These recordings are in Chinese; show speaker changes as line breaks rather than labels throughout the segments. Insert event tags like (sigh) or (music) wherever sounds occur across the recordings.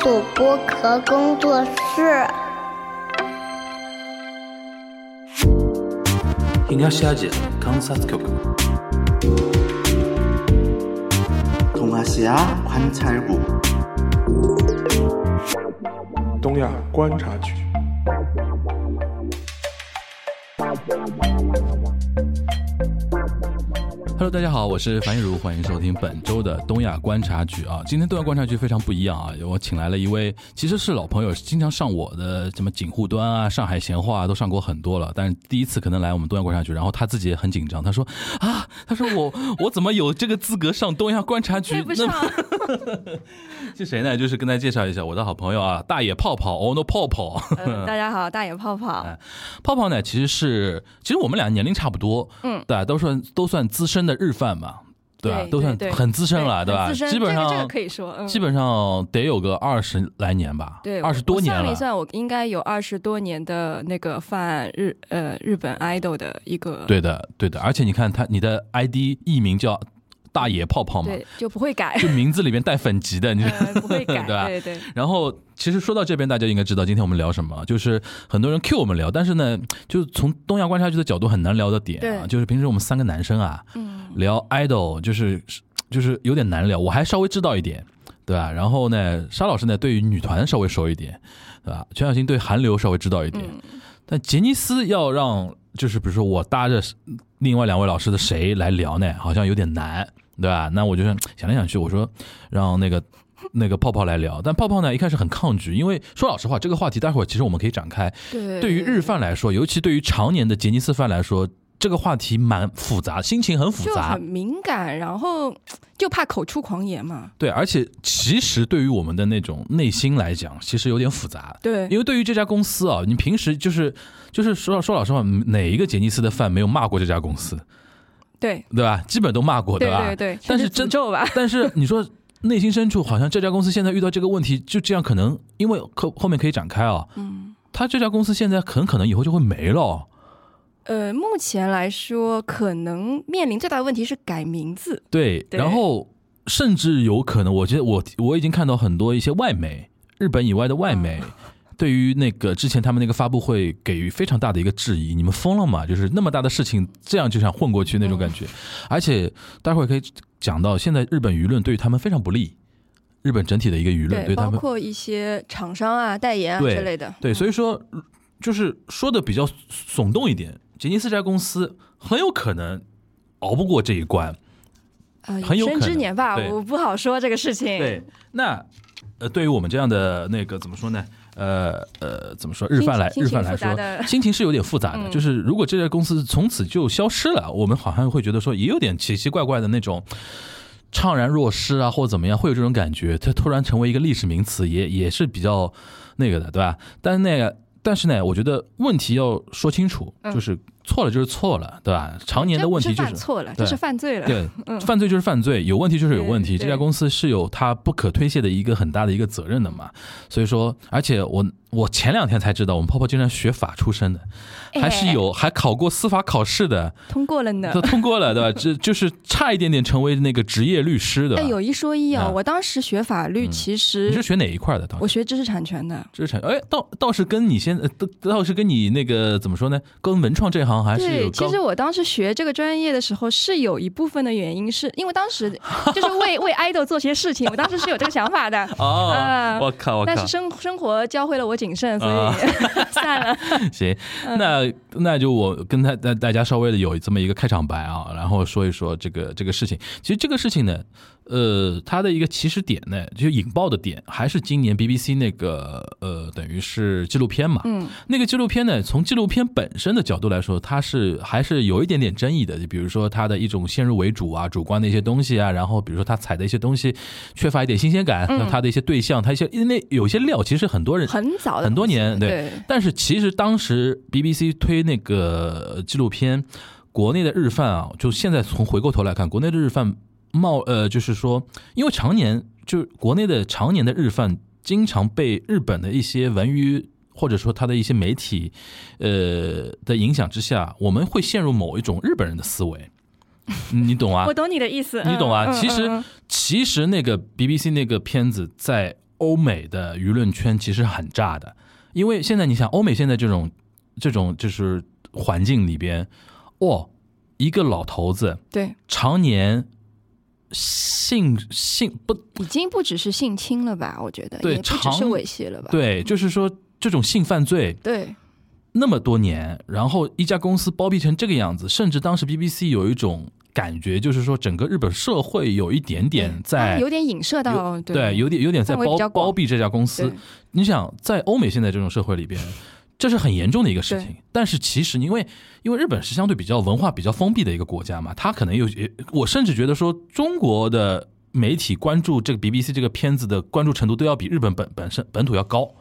主播壳工作室。
東アジア観察局
동아시아관찰국
东亚观察局。
Hello，大家好，我是樊一茹，欢迎收听本周的东亚观察局啊。今天东亚观察局非常不一样啊，我请来了一位其实是老朋友，经常上我的什么警护端啊、上海闲话、啊、都上过很多了，但是第一次可能来我们东亚观察局，然后他自己也很紧张，他说啊，他说我 (laughs) 我怎么有这个资格上东亚观察局？
配不上，
是谁呢？就是跟大家介绍一下我的好朋友啊，大野泡泡 o n o 泡泡。
呃大家好，大野泡泡，
嗯泡泡呢，其实是其实我们俩年龄差不多，
嗯
对吧？都算都算资深的日饭嘛，对吧？
对
都算
对对
很资深了，
对
吧？
很资深
基本
这
上、
个这个可以说，嗯，
基本上得有个二十来年吧，
对
二十多年
我算
了
一。算，我应该有二十多年的那个犯日呃日本 idol 的一个
对的，对的，而且你看他，你的 ID 艺名叫大野泡泡嘛，
对就不会改，
就名字里面带粉级的，你知道
呃不会
(laughs)
改，
对吧
对对
然后，其实说到这边，大家应该知道今天我们聊什么，就是很多人 Q 我们聊，但是呢，就是从东亚观察局的角度很难聊的点啊，
对
就是平时我们三个男生啊，聊 idol 就是就是有点难聊，我还稍微知道一点，对吧？然后呢，沙老师呢对于女团稍微熟一点，对吧？全小新对韩流稍微知道一点，但杰尼斯要让就是比如说我搭着另外两位老师的谁来聊呢，好像有点难，对吧？那我就是想来想去，我说让那个那个泡泡来聊，但泡泡呢一开始很抗拒，因为说老实话，这个话题待会儿其实我们可以展开。
对
对于日饭来说，尤其对于常年的杰尼斯饭来说，这个话题蛮复杂，心情很复
就
杂
很。敏感，然后就怕口出狂言嘛，
对，而且其实对于我们的那种内心来讲，其实有点复杂。
对
因为对于这家公司啊，你平时就是就是说说老实话，哪一个杰尼斯的饭没有骂过这家公司，
对
对吧？基本都骂过，
对
吧？
对对，
但是
是
真
诅咒吧，
(laughs) 但是你说内心深处，好像这家公司现在遇到这个问题，就这样可能，因为后后面可以展开啊。
嗯。
他这家公司现在很可能以后就会没了，哦
呃，目前来说，可能面临最大的问题是改名字。
对，
对
然后甚至有可能，我觉得我我已经看到很多一些外媒，日本以外的外媒。
嗯
对于那个之前他们那个发布会给予非常大的一个质疑，你们疯了吗？就是那么大的事情，这样就想混过去那种感觉。
嗯
而且待会儿可以讲到，现在日本舆论对于他们非常不利，日本整体的一个舆论对他
包
们
括一些厂商啊、代言啊
对
之类的。
对，所以说就是说的比较耸动一点，杰尼斯这家公司很有可能熬不过这一关。
呃，
很有
生
可
之
能
年吧，
对
我不好说这个事情。
对，那呃，对于我们这样的那个怎么说呢？呃呃，怎么说？日
心
饭
情
来
心
日
情
饭
复
来
杂
说，
的嗯
心情是有点复杂的。就是如果这家公司从此就消失了，我们好像会觉得说也有点奇奇怪怪的那种。怅然若失啊，或者怎么样，会有这种感觉。它突然成为一个历史名词，也也是比较那个的，对吧？但是那个，但是呢，我觉得问题要说清楚，
嗯
就是错了就是错了，对吧？常年的
这
问
不
题就是
犯错了，
对
这是犯罪 (laughs) 了。
对，犯罪就是犯罪，有问题就是有问题。
嗯对
这
对
家公司是有它不可推卸的一个很大的一个责任的嘛。所以说，而且我我前两天才知道，我们泡泡竟然学法出身的，还是有还考过司法考试的，
通过了哎 (laughs) 呢哎
都。通过了，对吧？这就是差一点点成为那个职业律师的
但。有一说一啊，
嗯
我当时学法律，
嗯
其
你是
实
学哪一块的？当
我
时
学知识产权的。
知识产哎，倒倒是跟你现在倒倒是跟你那个怎么说呢？跟文创这行还是有
对，其
高
实我当时学这个专业的时候，是有一部分的原因，是因为当
(laughs)
时就是为为 idol 做些事情，我当时是有这个想法的。
(laughs) 哦
啊，
我靠我靠
但！是生生活教会了我谨慎，所
啊
以 (laughs) 算
(laughs)
了。
行，那那就我跟他大大家稍微的有这么一个开场白啊，然后说一说这个这个事情。其实这个事情呢，呃，它的一个起始点呢，就是引爆的点，还是今年 BBC 那个呃，等于是纪录片嘛。
嗯，
那个纪录片呢，从纪录片本身的角度来说，它是还是有一点点争议的。就比如说它的一种先入为主啊、主观的一些东西啊，然后比如说它采的一些东西缺乏一点新鲜感，那它的一些对象，它一些因为有些料其实很多人
很早的
很多年，对。
对
但是其实当时 BBC 推那个呃纪录片，国内的日饭啊，就现在从回过头来看，国内的日饭冒呃，就是说，因为常年就国内的常年的日饭，经常被日本的一些文娱。或者说它的一些媒体，呃的影响之下，我们会陷入某一种日本人的思维，你
(laughs)
懂啊？
我懂你的意思，
你懂啊？
嗯
其实、
嗯嗯
其实那个 BBC 那个片子在欧美的舆论圈其实很炸的，因为现在你想，欧美现在这种这种就是环境里边，哦，一个老头子
对，
常年性性不
已经不只是性侵了吧？我觉得
对
也不只是
长
猥亵了吧？
对，就是说这种性犯罪
对
那么多年，然后一家公司包庇成这个样子，甚至当时 BBC 有一种感觉，就是说整个日本社会有一点点
啊
在
有点影射到
对，有点有点在
范围比
包
较广
包庇这家公司
对。
你想，在欧美现在这种社会里边，这是很严重的一个事情。但是其实，因为因为日本是相对比较文化比较封闭的一个国家嘛，它可能有，也我甚至觉得说中国的媒体关注这个 BBC 这个片子的关注程度都要比日本本本身本土要高。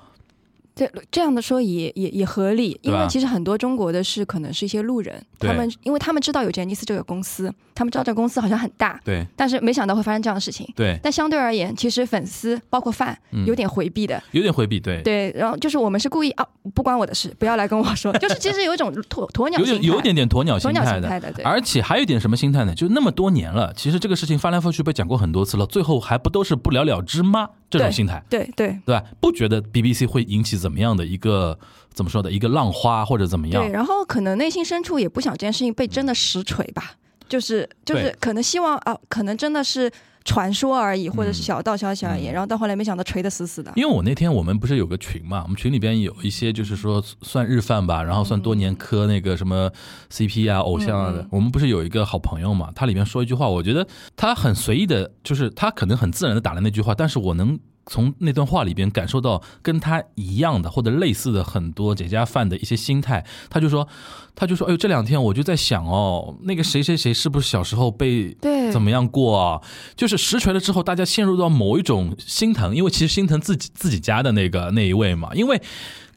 这这样的说也也也合理，
对
因
吧
为其实很多中国的是可能是一些路人，
对
他们因为他们知道有杰尼斯这个公司，他们知道这个公司好像很大，
对
但是没想到会发生这样的事情。
对，
但相对而言，其实粉丝包括饭
嗯
有点回避的，
有点回避，对，
对，然后就是我们是故意啊，不关我的事，不要来跟我说，就是其实有一种 (laughs) 鸵鸵鸟
有
心
点
态，
有点点鸵鸟
鸵
心
鸟
态
心
的。
态的，对，
而且还有一点什么心态呢？就那么多年了，其实这个事情翻来覆去被讲过很多次了，最后还不都是不了了之吗？这种
对
心态，
对对
对吧？不觉得 BBC 会引起怎么样的一个怎么说的一个浪花或者怎么样
对，？然后可能内心深处也不想这件事情被真的实锤吧，就是就是
对
可能希望啊，可能真的是传说而已，
嗯
或者是小道消息而已，然后到后来没想到锤的死死的。
因为我那天我们不是有个群嘛，我们群里边有一些就是说算日饭吧，然后算多年磕那个什么 CP 啊、偶像啊的。我们不是有一个好朋友嘛，他里面说一句话，我觉得他很随意的，就是他可能很自然的打了那句话，但是我能从那段话里边感受到跟他一样的或者类似的很多姐家饭的一些心态。他就说，他就说，哎呦，这两天我就在想哦，那个谁谁谁是不是小时候被
对
怎么样过啊？就是实锤了之后，大家陷入到某一种心疼，因为其实心疼自己自己家的那个那一位嘛，因为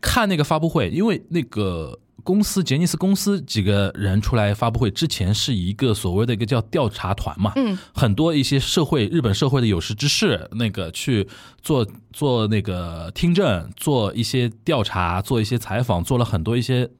看那个发布会，因为那个。公司杰尼斯公司几个人出来发布会之前是一个所谓的一个叫调查团嘛，
嗯，
很多一些社会日本社会的有识之士，那个去做做那个听证，做一些调查，做一些采访，做了很多一些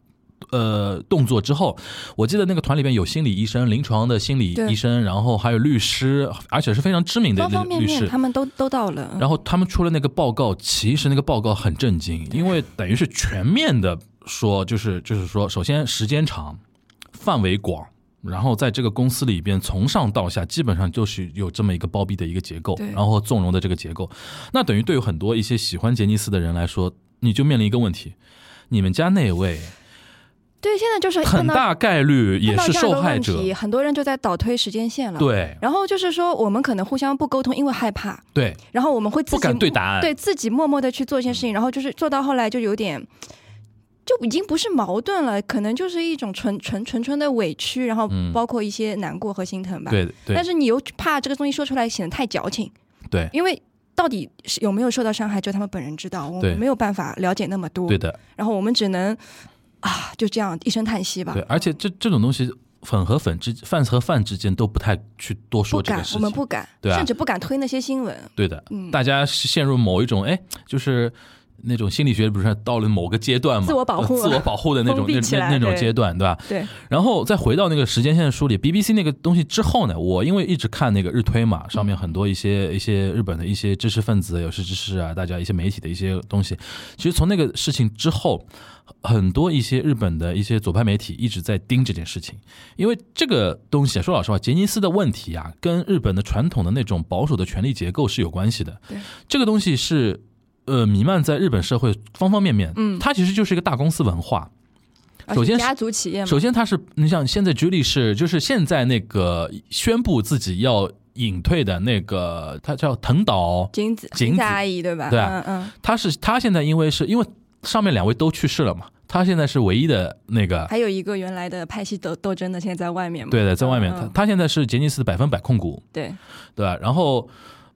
呃动作之后，我记得那个团里边有心理医生、临床的心理
对
医生，然后还有律师，而且是非常知名的
方方面
律
面
师
他。们都都到了。
然后他们出了那个报告，其实那个报告很震惊，因为等于是全面的说，就是就是说，首先时间长，范围广，然后在这个公司里边从上到下，基本上就是有这么一个包庇的一个结构，
对
然后纵容的这个结构，那等于对于很多一些喜欢杰尼斯的人来说，你就面临一个问题，你们家那
(laughs)
位
对，现在就是
很
碰到
大概率也
碰到
是
这样的
受害
问
者，
题很多人就在倒推时间线了。。
对
然后就是说，我们可能互相不沟通，因为害怕，
对，
然后我们会自己
不敢对答案，
对自己默默的去做一件事
嗯
情，然后就是做到后来就有点，就已经不是矛盾了，可能就是一种纯纯纯纯的委屈，然后
嗯
包括一些难过和心疼吧。
对
但
对
是你又怕这个东西说出来显得太矫情，
对
因为到底是有没有受到伤害，只有他们本人知道，我
对
们没有办法了解那么多。
对的。
然后我们只能啊，就这样一声叹息吧
对。，而且这这种东西，粉和粉之饭和饭之间都不太去多
不
说这
敢
个，事
我
情，
们不敢，
对啊
甚至不敢推那些新闻。
对的，
嗯
大家是陷入某一种哎，就是那种心理学，比如说到了某个阶段嘛，
自我保护
呃自我保护的那种
封闭
那
起
那
来
那种
对
阶段，对吧？
对，
然后再回到那个时间线的梳理，BBC 那个东西之后呢，我因为一直看那个日推嘛，上面很多一些一些日本的一些知识分子、有识之士啊，大家一些媒体的一些东西，其实从那个事情之后，很多一些日本的一些左派媒体一直在盯这件事情，因为这个东西啊说老实话，杰尼斯的问题啊，跟日本的传统的那种保守的权力结构是有关系的
对。
这个东西是呃弥漫在日本社会方方面面，
嗯
它其实就是一个大公司文化。
而
首
且
先是
家族企业嘛，
首先，他是你想现在局里是就是现在那个宣布自己要隐退的那个，他叫藤岛，
金子
景
金
子
子阿姨对吧？
对啊
嗯嗯，
他是他现在因为是因为上面两位都去世了嘛，他现在是唯一的那个，
还有一个原来的派系斗斗争的，现在在外面嘛。
对的，在外面，
嗯
他
嗯
他现在是杰尼斯的百分百控股，
对
对吧？然后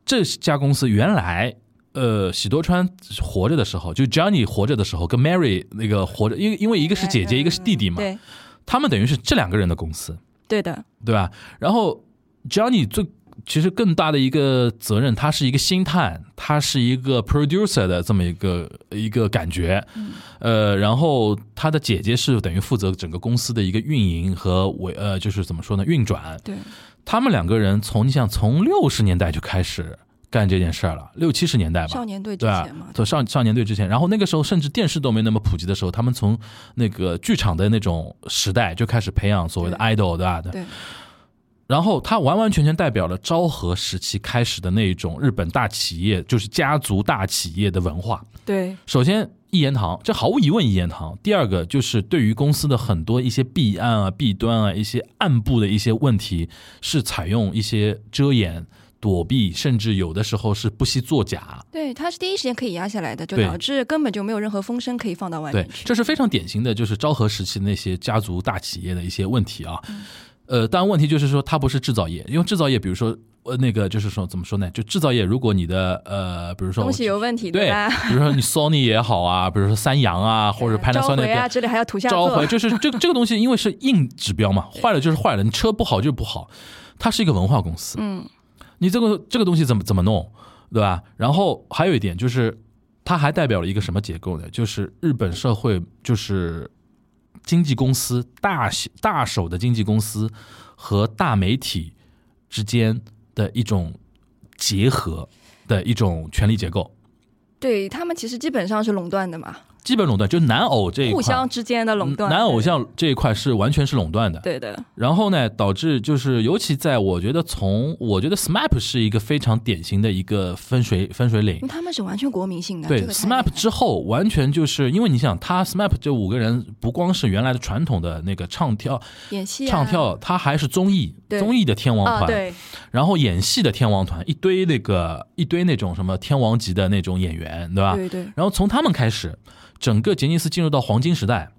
这家公司原来。呃，喜多川活着的时候，就 Johnny 活着的时候，跟 Mary 那个活着，因为因为一个是姐姐，一个是弟弟嘛，
对
他们等于是这两个人的公司，
对的，
对吧？然后 Johnny 最其实更大的一个责任，他是一个星探，他是一个 producer 的这么一个一个感觉，
嗯
呃，然后他的姐姐是等于负责整个公司的一个运营和维呃，就是怎么说呢，运转。
对
他们两个人从你想从六十年代就开始干这件事儿了，六七十年代吧，
少年队之
对啊吧
前嘛？，
从少少年队之前，然后那个时候甚至电视都没那么普及的时候，他们从那个剧场的那种时代就开始培养所谓的
对
idol，对吧？对
对
然后它完完全全代表了昭和时期开始的那一种日本大企业，就是家族大企业的文化。
对
首先，一言堂，这毫无疑问一言堂。第二个就是对于公司的很多一些弊案啊、弊端啊、一些暗部的一些问题，是采用一些遮掩、躲避，甚至有的时候是不惜作假。
对，他是第一时间可以压下来的，就
对
导致根本就没有任何风声可以放到外
对
面，去。
这是非常典型的，就是昭和时期那些家族大企业的一些问题啊。
嗯
呃，当然问题就是说它不是制造业，因为制造业，比如说呃那个就是说怎么说呢？就制造业，如果你的呃，比如说
东西有问题
对
吧？，
比如说你 Sony 也好啊，比如说三洋啊，或者
对召
Panasonic
回啊
也
之类，还要图下
召
作
回，。就是这个这个东西，因为是硬指标嘛，坏了就是坏了，你车不好就是不好，它是一个文化公司，
嗯，
你这个这个东西怎么怎么弄，对吧？然后还有一点就是，它还代表了一个什么结构呢？就是日本社会就是经纪公司大小大手的经纪公司和大媒体之间的一种结合的一种权力结构，
对他们其实基本上是垄断的嘛，
基本垄断，就男偶这一块。
互相之间的垄断。
男偶像这一块是完全是垄断的，
对的，
然后呢，导致就是，尤其在我觉得从我觉得 SMAP 是一个非常典型的一个分水分水岭
因为，他们是完全国民性的。
对
啊这个太厉害
SMAP 之后，完全就是因为你想，他 SMAP 这五个人不光是原来的传统的那个唱跳、
演戏、啊、
唱跳，他还是综艺
对
综艺的天王
啊，
团，
对
然后演戏的天王团，一堆那个一堆那种什么天王级的那种演员，对吧？
对对，
然后从他们开始，整个杰尼斯进入到黄金时代，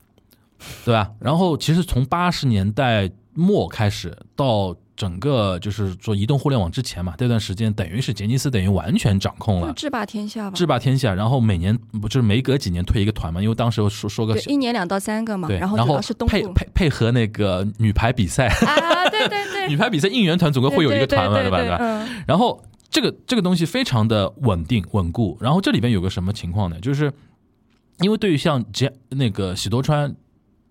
对吧？然后其实从八十年代末开始到整个就是说移动互联网之前嘛，这段时间等于是杰尼斯等于完全掌控
就
了。
制霸天下吧。
制霸天下，然后每年不就是每隔几年退一个团嘛？因为当时说说个
对，一年两到三个嘛，
对，然
后主要是东
配
部
配配合那个女排比
(laughs)
赛，
啊，对对
(laughs)
对，
女排比赛应援团总归会有一个团嘛，
对
吧？
对
对吧？
嗯
然后这个这个东西非常的稳定稳固。然后这里边有个什么情况呢？就是因为对于像杰那个喜多川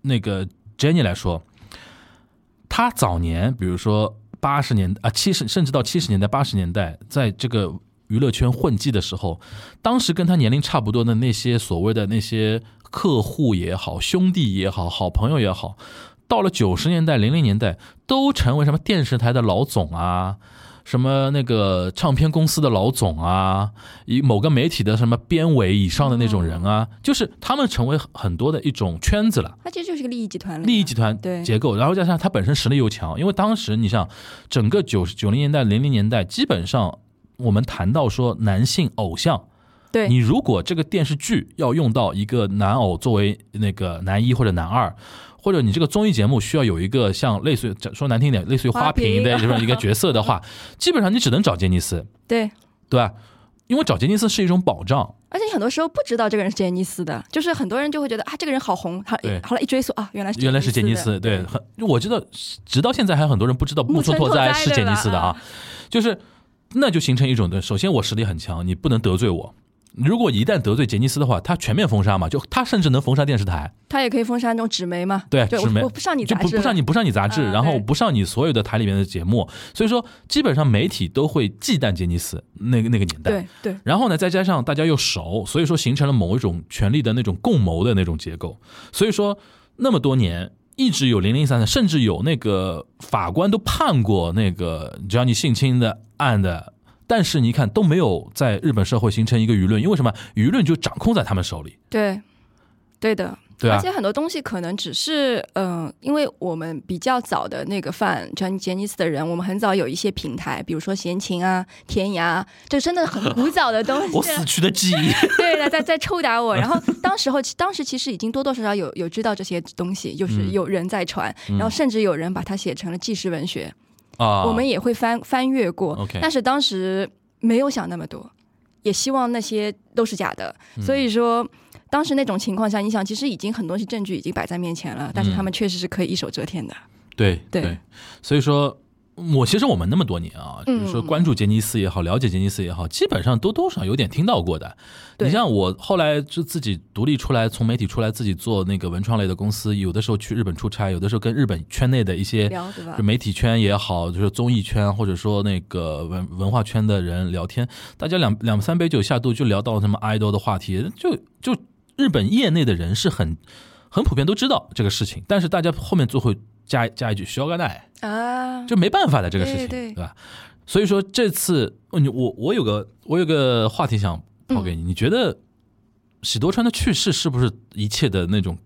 那个 Jenny 来说，他早年比如说八十年啊七十甚至到七十年代八十年代，在这个娱乐圈混迹的时候，当时跟他年龄差不多的那些所谓的那些客户也好、兄弟也好、好朋友也好，到了九十年代、零零年代，都成为什么电视台的老总啊，什么那个唱片公司的老总啊，以某个媒体的什么编委以上的那种人啊，就是他们成为很多的一种圈子了。
它其实就是个利益集团了呀，
利益集团
对
结构，然后加上他本身实力又强，因为当时你想，整个九九零年代、零零年代，基本上我们谈到说男性偶像，
对
你如果这个电视剧要用到一个男偶作为那个男一或者男二，或者你这个综艺节目需要有一个像类似于讲说难听点，类似于花
花
瓶
瓶
的这么一个角色的话，基本上你只能找杰尼斯，
对。
对吧？因为找杰尼斯是一种保障，
而且你很多时候不知道这个人是杰尼斯的，就是很多人就会觉得啊，这个人好红，好
对
好了，一追溯啊，原来
(laughs)
是
原来是杰尼
的
斯，对，很我知道，直到现在还有很多人不知道木村拓哉是杰尼斯的啊，就是那就形成一种的，首先我实力很强，你不能得罪我。如果一旦得罪杰尼斯的话，他全面封杀嘛，就他甚至能封杀电视台，
他也可以封杀那种纸媒嘛，
对，啊
对，
纸媒
我我不上你
就
杂
不
志了，
不上你不上你杂志，嗯
啊
然后
对
不上你所有的台里面的节目，所以说基本上媒体都会忌惮杰尼斯那个那个年代，
对对
然后呢，再加上大家又熟，所以说形成了某一种权力的那种共谋的那种结构。所以说那么多年一直有零零散散，甚至有那个法官都判过那个只要你性侵的案的，但是你看都没有在日本社会形成一个舆论，因为什么？舆论就掌控在他们手里，
对对的。
对啊
而
吧
且？很多东西可能只是，嗯、因为我们比较早的那个范杰杰尼斯的人，我们很早有一些平台，比如说闲情啊、天涯，这真的很古早的东西。啊
我死去的记忆，
(laughs) 对的，在在抽打我。然后当时候，当时其实已经多多少少有有知道这些东西，就是
嗯
有人在传，然后甚至有人把它写成了纪实文学，
啊，
(laughs) 我们也会翻翻阅过。
OK
但是当时没有想那么多，也希望那些都是假的。
嗯
所以说，当时那种情况下，你想，其实已经很多
嗯
证据已经摆在面前了，但是他们确实是可以一手遮天的。
对
对
对，所以说我其实我们那么多年啊，
嗯
就是说关注杰尼斯也好，了解杰尼斯也好，基本上多多少少有点听到过的。
对
你像我后来就自己独立出来，从媒体出来，自己做那个文创类的公司，有的时候去日本出差，有的时候跟日本圈内的一些
聊对吧
就媒体圈也好，就是综艺圈或者说那个文文化圈的人聊天，大家两两三杯酒下肚就聊到什么 idol 的话题，就就日本业内的人是很很普遍都知道这个事情，但是大家后面就会加加一句“需要干奈”。
啊，
就没办法的这个事情，
对对
吧？所以说这次，呃你我我有个我有个话题想抛给
嗯
你，你觉得喜多川的去世是不是一切的那种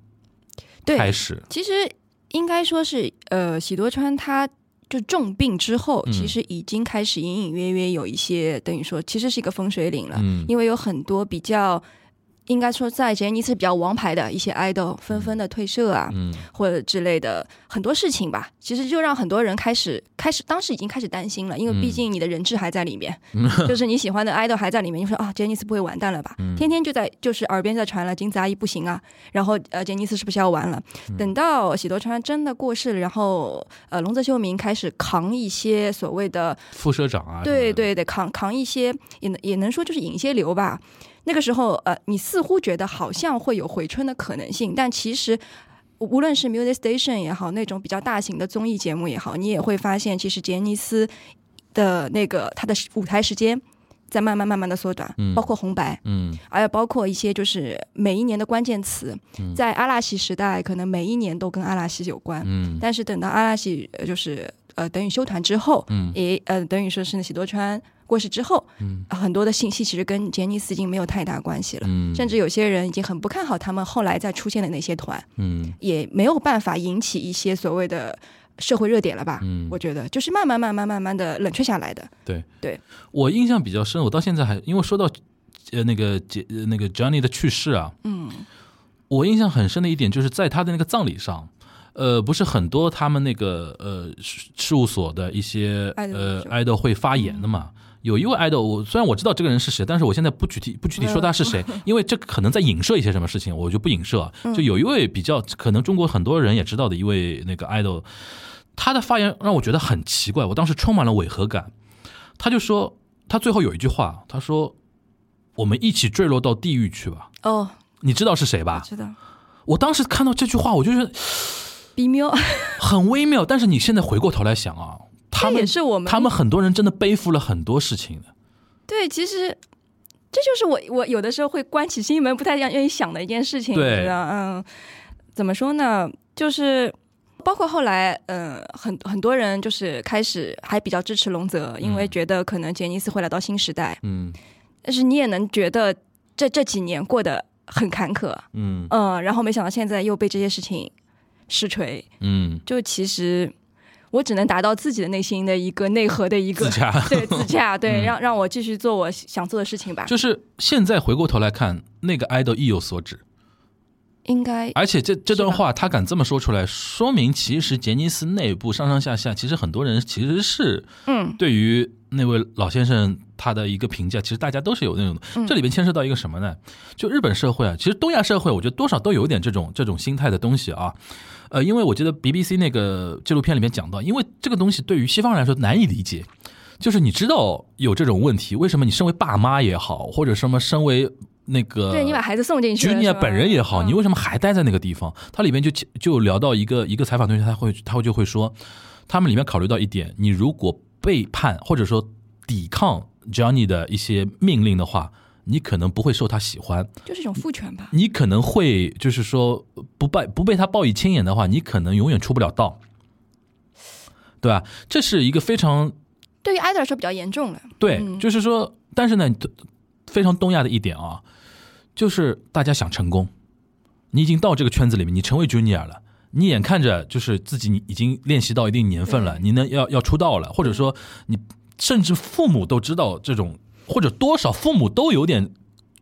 对，
开始？
其实应该说是，呃，喜多川他就重病之后，
嗯
其实已经开始隐隐约约有一些，等于说其实是一个风水岭了，
嗯
因为有很多比较。应该说，在杰尼斯比较王牌的一些 idol 纷纷的退社啊，
嗯
或者之类的很多事情吧，其实就让很多人开始开始，当时已经开始担心了，因为毕竟你的人质还在里面， (laughs) 就是你喜欢的 idol 还在里面，你说啊，杰尼斯不会完蛋了吧？天天就在就是耳边在传了金子阿姨不行啊，然后呃，杰尼斯是不是要完了？等到喜多川真的过世了，然后呃，龙泽秀明开始扛一些所谓的
副社长啊，
对，对对，扛扛一些也能也能说就是引一些流吧。那个时候，呃，你似乎觉得好像会有回春的可能性，但其实无无论是 Music Station 也好，那种比较大型的综艺节目也好，你也会发现，其实杰尼斯的那个他的时舞台时间在慢慢慢慢的缩短，
嗯
包括红白，
嗯
还有包括一些就是每一年的关键词，在阿拉西时代，可能每一年都跟阿拉西有关，
嗯
但是等到阿拉西呃就是呃等于休团之后，
嗯
也呃等于说是喜多川过世之后，
嗯
呃很多的信息其实跟杰尼斯已经没有太大关系了，
嗯，
甚至有些人已经很不看好他们后来再出现的那些团，
嗯
也没有办法引起一些所谓的社会热点了吧？
嗯
我觉得就是慢慢慢慢慢慢的冷却下来的。
对
对。
我印象比较深，我到现在还因为说到呃那个杰呃那个 Johnny 的去世啊，嗯，我印象很深的一点就是在他的那个葬礼上。呃，不是很多他们那个呃事事务所的一些
爱豆
呃
是吧
idol 会发言的嘛。有一位 idol，我虽然我知道这个人是谁，但是我现在不具体不具体说他是谁， (laughs) 因为这可能在影射一些什么事情，我就不影射。就有一位比较可能中国很多人也知道的一位那个 idol，他的发言让我觉得很奇怪，我当时充满了违和感。他就说，他最后有一句话，他说：“我们一起坠落到地狱去吧。
哦，”
你知道是谁吧？
啊知道，
我当时看到这句话，我就觉得
比喵，
很微妙。但是你现在回过头来想啊，他
这也
们
是我们
他们很多人真的背负了很多事情的。
对，其实这就是我我有的时候会关起心门，不太愿愿意想的一件事情，你
对
知道？嗯，怎么说呢？就是包括后来，嗯、很很多人就是开始还比较支持龙泽，因为觉得可能杰尼斯会来到新时代，
嗯
但是你也能觉得这这几年过得很坎坷，
嗯
嗯，然后没想到现在又被这些事情实锤，
嗯，
就其实我只能达到自己的内心的一个内核的一个
自洽嗯
对自
(laughs)
洽，对，让让我继续做我想做的事情吧。
就是现在回过头来看，那个 idol 意有所指，
应该
而且这这段话他敢这么说出来，说明其实杰尼斯内部上上下下，其实很多人其实是
嗯
对于那位老先生他的一个评价，其实大家都是有那种的。
嗯
这里边牵涉到一个什么呢？就日本社会啊，其实东亚社会，我觉得多少都有一点这种这种心态的东西啊。呃，因为我记得 BBC 那个纪录片里面讲到，因为这个东西对于西方人来说难以理解，就是你知道有这种问题，为什么你身为爸妈也好，或者什么身为那个
对你把孩子送进去了是
Junior
吧
本人嗯呃也好，
嗯
你为什么还待在那个地方？它里面就就聊到一个一个采访对象，他会他会就会说，他们里面考虑到一点，你如果背叛或者说抵抗 Johnny 的一些命令的话，你可能不会受他喜欢，
就是一种父权吧。
你可能会就是说不被不被他报以牵眼的话，你可能永远出不了道，对吧？这是一个非常
对于 idol 来说比较严重了，
对，
嗯
就是说，但是呢，非常东亚的一点啊，就是大家想成功，你已经到这个圈子里面，你成为 junior 了。你眼看着就是自己，你已经练习到一定年份了，你能要要出道了，或者说你甚至父母都知道这种，或者多少父母都有点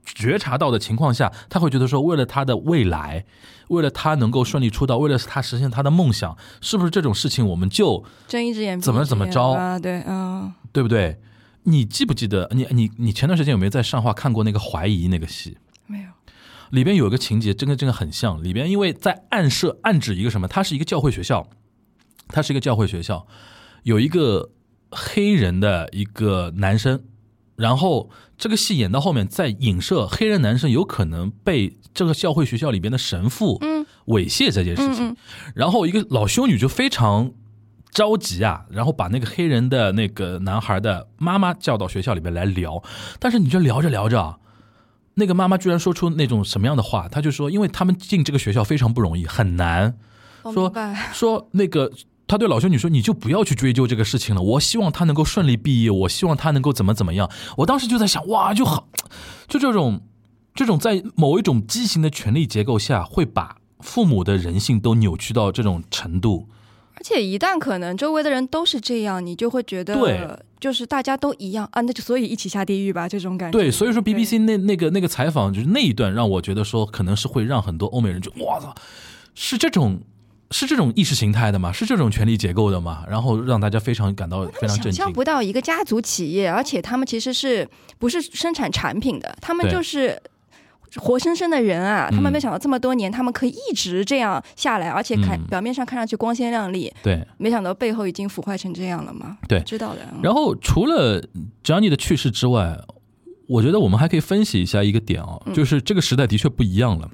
觉察到的情况下，他会觉得说，为了他的未来，为了他能够顺利出道，为了他实现他的梦想，是不是这种事情我们就
睁一只眼闭一只
怎么
眼
怎么着
啊？对，嗯，
对不对？你记不记得你你你前段时间有没有在上画看过那个怀疑那个戏？
没有，
里边有一个情节，真的真的很像。里边因为在暗示暗指一个什么，它是一个教会学校，它是一个教会学校。有一个黑人的一个男生，然后这个戏演到后面，在影射黑人男生有可能被这个教会学校里边的神父猥亵这件事情，然后一个老修女就非常。着急啊，然后把那个黑人的那个男孩的妈妈叫到学校里面来聊，但是你就聊着聊着啊，那个妈妈居然说出那种什么样的话？她就说，因为他们进这个学校非常不容易，很难。
我
说
明白，
说那个，她对老修女说，你就不要去追究这个事情了。我希望她能够顺利毕业，我希望她能够怎么怎么样。我当时就在想，哇，就好，就这种，这种在某一种畸形的权力结构下，会把父母的人性都扭曲到这种程度。
而且一旦可能周围的人都是这样，你就会觉
对
得就是大家都一样啊，那就所以一起下地狱吧，这种感觉。
对，所以说 BBC 那那个那个采访，就是那一段让我觉得说，可能是会让很多欧美人就哇操，是这种是这种意识形态的吗？是这种权力结构的吗？然后让大家非常感到非常震
想
惊
象。不到一个家族企业，而且他们其实是不是生产产品的？他们
对
就是活生生的人啊！他
嗯
们没想到这么多年，他们可以一直这样下来，而且看、
嗯
表面上看上去光鲜亮丽，
对，
没想到背后已经腐坏成这样了嘛？
对
知道的。嗯
然后除了 Johnny 的去世之外，我觉得我们还可以分析一下一个点啊、
嗯
就是这个时代的确不一样了。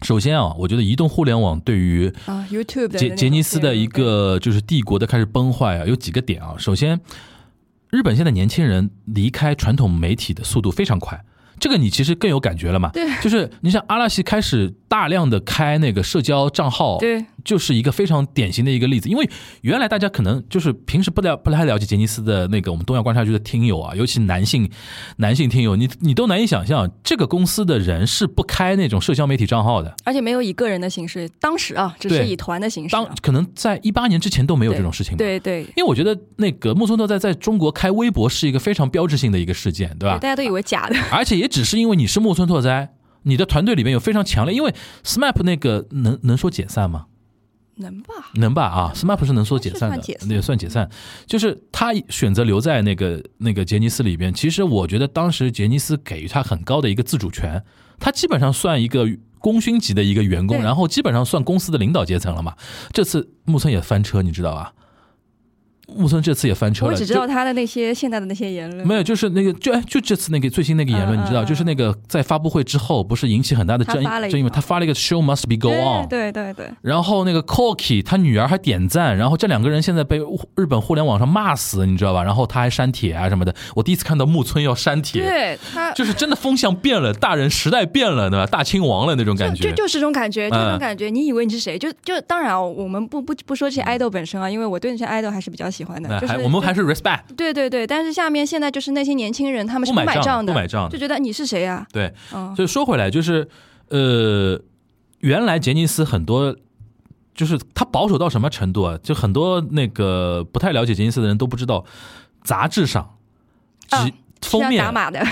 首先啊，我觉得移动互联网对于
啊，YouTube 的
杰
那
杰
种
尼斯的一
theory
个就是帝国的开始崩坏啊，有几个点啊。首先，日本现在年轻人离开传统媒体的速度非常快。这个你其实更有感觉了嘛？
对，
就是你像阿拉西开始大量的开那个社交账号，
对，
就是一个非常典型的一个例子。因为原来大家可能就是平时不了不太了解杰尼斯的那个我们东亚观察局的听友啊，尤其男性男性听友，你你都难以想象这个公司的人是不开那种社交媒体账号的。
而且没有以个人的形式，当时啊，只是
对
以团的形式啊、
当可能在一八年之前都没有这种事情吧。
对对
因为我觉得那个木村拓哉在中国开微博是一个非常标志性的一个事件，对吧
对，大？家都以为假的，
而且也只是因为你是木村拓哉，你的团队里面有非常强烈，因为 SMAP 那个能能说解散吗？
能吧？
能吧啊，SMAP 是能说解散的，
是算解散
也算解散。就是他选择留在那个那个杰尼斯里边，其实我觉得当时杰尼斯给予他很高的一个自主权，他基本上算一个功勋级的一个员工，
对
然后基本上算公司的领导阶层了嘛。这次木村也翻车，你知道吧？木村这次也翻车
我
了，
只知
就
道他的那些现在的那些言论，
没有，就是那个就哎就这次那个最新那个言论，
嗯
你知道，
嗯
就是那个在发布会之后，不是引起很大的
他
争议
发了，一
争议吗？
条
他发了一个 “show must be go on”，
对对对对，
然后那个 Koki 他女儿还点赞，然后这两个人现在被日本互联网上骂死，你知道吧？然后他还删帖啊什么的。我第一次看到木村要删帖，
对他
就是真的风向变了，大人时代变了，对吧？大清王了那种感
就
觉
就。就是这种感觉，
嗯
就这种感觉。你以为你是谁？就就当然啊，我们不不不说这些 idol 本身啊，因为我对那些 idol 还是比较喜欢的
嗯那。
就
还
是
哎我们还是 respect，
对对对，但是下面现在就是那些年轻人，他们是
不买
买
账
账的，
不买账的
就觉得你是谁啊？
对。
嗯，
所以说回来就是，呃，原来杰尼斯很多。就是他保守到什么程度啊？就很多那个不太了解杰尼斯的人都不知道，杂志上，只
啊
封
是
面
要打
(laughs)
码的，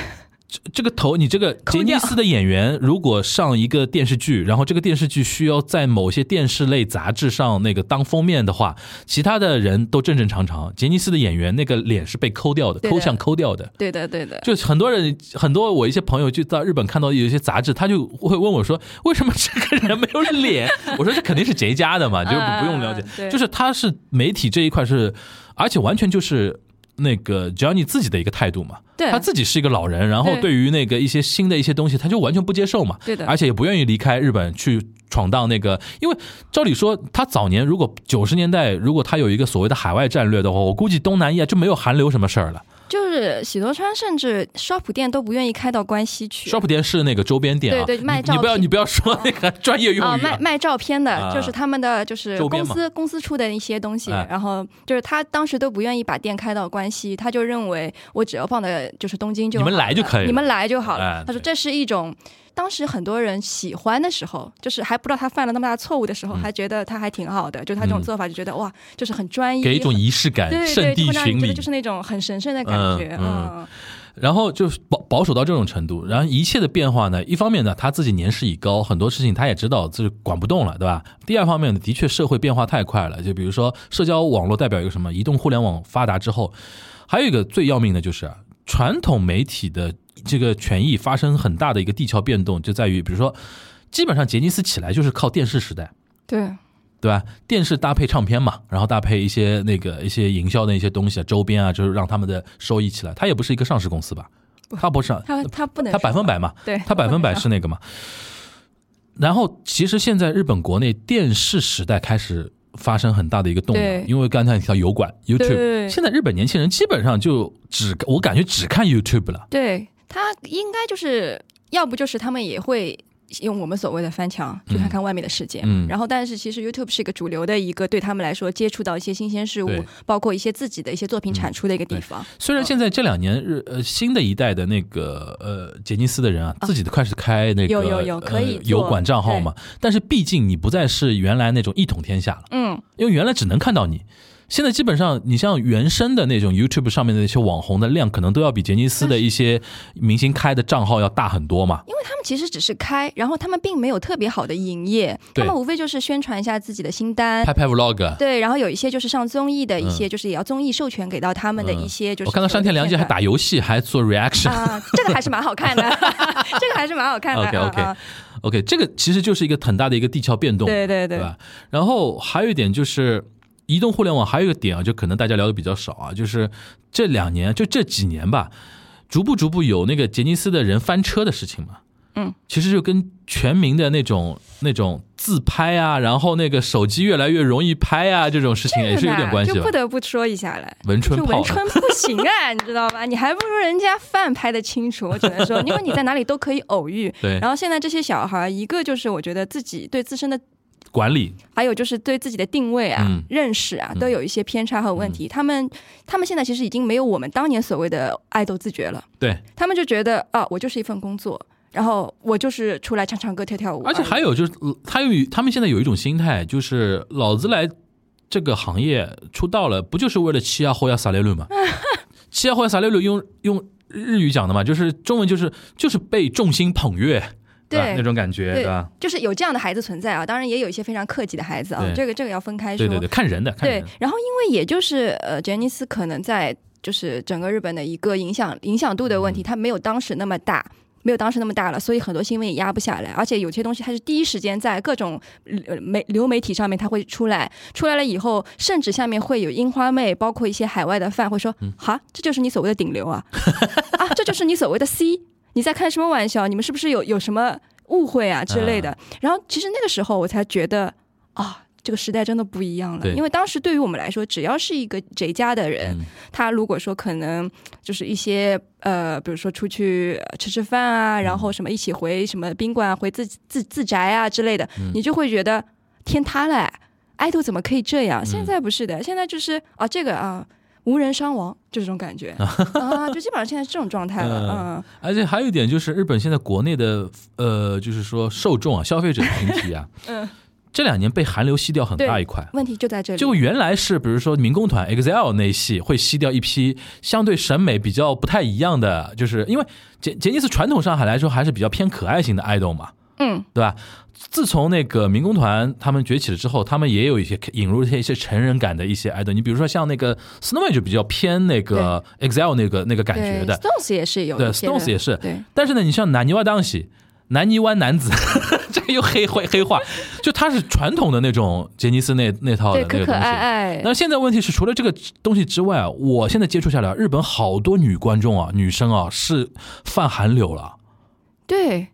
这个头，你这个杰
抠掉
尼斯的演员，如果上一个电视剧，然后这个电视剧需要在某些电视类杂志上那个当封面的话，其他的人都正正常常，杰尼斯的演员那个脸是被抠掉的，
对的
抠像抠掉的。
对的对的。
就是很多人，很多我一些朋友就到日本看到有一些杂志，他就会问我说：“为什么这个人没有脸？” (laughs) 我说：“这肯定是谁家的嘛，就不
啊
不用了解。
对
就是他是媒体这一块是，而且完全就是那个 Johnny 自己的一个态度嘛。
对
他自己是一个老人，然后
对
对于那个一些新的一些东西，他就完全不接受嘛。
对的
而且也不愿意离开日本去闯荡那个，因为照理说，他早年如果九十年代如果他有一个所谓的海外战略的话，我估计东南亚就没有韩流什么事儿了。
就是喜多川甚至 shop 店都不愿意开到关西去啊
shop 店是那个周边店啊，
对对卖
你你不要
照片
你不要说那个专业用
啊，
语、啊
卖卖照片的
啊，
就是他们的就是
周边
公
嘛
司公司出的一些东西
哎，
然后就是他当时都不愿意把店开到关西，他就认为我只要放在就是东京就
你
好
们
了
来就可以了
啊你们来就好
哎
了。他说
对
这是一种。当时很多人喜欢的时候，就是还不知道他犯了那么大的错误的时
嗯
候，还觉得他还挺好的，就他这种做法就觉得哇，就是很专一，
给一种仪式感，
对
圣
对，就
地
会让你
巡
觉得
礼
就。是那种很神圣的感觉，
嗯
嗯，
然后就是保保守到这种程度，然后一切的变化呢，一方面呢他自己年事已高，很多事情他也知道这是管不动了，对吧？第二方面呢，的确社会变化太快了，就比如说社交网络代表一个什么，移动互联网发达之后，还有一个最要命的就是啊传统媒体的这个权益发生很大的一个地壳变动，就在于比如说，基本上杰尼斯起来就是靠电视时代。
对，
对吧？电视搭配唱片嘛，然后搭配一些那个一些营销的一些东西啊，周边啊，就是让他们的收益起来。它也不是一个上市公司吧？它不是，
他他不能
它百分
百，
百嘛，
对，
它百分百
不能
是那个嘛。然后，其实现在日本国内电视时代开始发生很大的一个动
对
摇，因为刚才你提到油管 YouTube，
对
现在日本年轻人基本上就只我感觉只看 YouTube 了。
对他应该就是要不就是他们也会用我们所谓的翻墙去看看外面的世界，
嗯
然后但是其实 YouTube 是一个主流的一个对他们来说接触到一些新鲜事物
对，嗯
包括一些自己的一些作品产出的一个地方，
虽然现在这两年日呃新的一代的那个呃杰尼斯的人啊，自己都开始开那个
有有有
呃
可以做
油管账号嘛，但是毕竟你不再是原来那种一统天下了，
嗯，
因为原来只能看到你。现在基本上，你像原生的那种 YouTube 上面的那些网红的量，可能都要比杰尼斯的一些明星开的账号要大很多嘛。
因为他们其实只是开，然后他们并没有特别好的营业，
对
他们无非就是宣传一下自己的新单。
拍拍 Vlog，啊
对，然后有一些就是上综艺的一些，就是也要综艺授权给到他们的一些，就
嗯
是
我看到山田凉介还
片段
打游戏，还做 reaction。
啊，这个还是蛮好看的， (laughs) 这个还是蛮好看的。
OK，OK
啊啊
OK，这个其实就是一个很大的一个地壳变动。
对对
对
对，
吧？然后还有一点就是，移动互联网还有一个点啊，就可能大家聊的比较少啊，就是这两年就这几年吧，逐步逐步有那个杰尼斯的人翻车的事情嘛。
嗯，
其实就跟全民的那种那种自拍啊，然后那个手机越来越容易拍啊，这种事情也是有点关系
就
吧
不。得不说一下了。
文春
就
炮
文，
(laughs)
春不行啊，你知道吧？你还不如人家饭拍的清楚，我只能说，因为你在哪里都可以偶遇。
(laughs) 对
然后现在这些小孩儿，一个就是我觉得自己对自身的，
管理
还有就是对自己的定位啊、
嗯
认识啊，
嗯
都有一些偏差和问题。他们他们现在其实已经没有我们当年所谓的爱豆自觉了，
对，
他们就觉得啊，我就是一份工作，然后我就是出来唱唱歌、跳跳舞已。啊
而且还有就是，呃他有他们现在有一种心态，就是老子来这个行业出道了，不就是为了欺压后压撒列
(laughs)
鲁吗？欺压后压撒列鲁用用日语讲的嘛，就是中文就是就是被众星捧月，吧
对
那种感觉，
对
对吧？
就是有这样的孩子存在啊，当然也有一些非常客气的孩子啊
对，
这个这个要分开说。
对对对，看人的，看人
对
的，，
然后因为也就是呃，杰尼斯可能在就是整个日本的一个影响影响度的
嗯
问题，它没有当时那么大。没有当时那么大了，所以很多新闻也压不下来，而且有些东西它是第一时间在各种呃媒流媒体上面它会出来，出来了以后，甚至下面会有樱花妹，包括一些海外的饭会说：“
嗯
哈，这就是你所谓的顶流啊， (laughs) 啊，这就是你所谓的 C，你在开什么玩笑？你们是不是有有什么误会啊之类的？”
嗯
然后其实那个时候我才觉得啊，这个时代真的不一样了，
对
因为当时对于我们来说，只要是一个谁家的人，
嗯
他如果说可能就是一些呃，比如说出去呃吃吃饭啊，然
嗯
后什么一起回什么宾馆啊、回自自自宅啊之类的，
嗯
你就会觉得天塌了哎，爱豆怎么可以这样？
嗯
现在不是的，现在就是啊，这个啊。无人伤亡，就这种
(laughs)
感觉啊，就基本上现在是这种状态
嗯
了，嗯
而且还有一点就是，日本现在国内的呃，就是说受众啊，消费者群体啊，
(laughs) 嗯，
这两年被韩流吸掉很大
对
一块。
问题就在这里。
就原来是，比如说民工团 EXILE 那一系会吸掉一批相对审美比较不太一样的，就是因为杰杰尼斯传统上海来说还是比较偏可爱型的 idol 嘛，
嗯，
对吧？自从那个民工团他们崛起了之后，他们也有一些引入一些一些成人感的一些 idol，你比如说像那个 Snowman 就比较偏那个 EXILE 那个那个感觉
对
的，
，Stones 也是有
对
一些的
，Stones 也是
对，
但是呢，你像南泥湾当喜，南泥湾男子， (laughs) 这个又黑黑黑化，就他是传统的那种杰尼斯那那套的
对，
那个东西，
可可爱爱，
那现在问题是，除了这个东西之外啊，我现在接触下来，日本好多女观众啊，女生啊是泛韩流了。
对，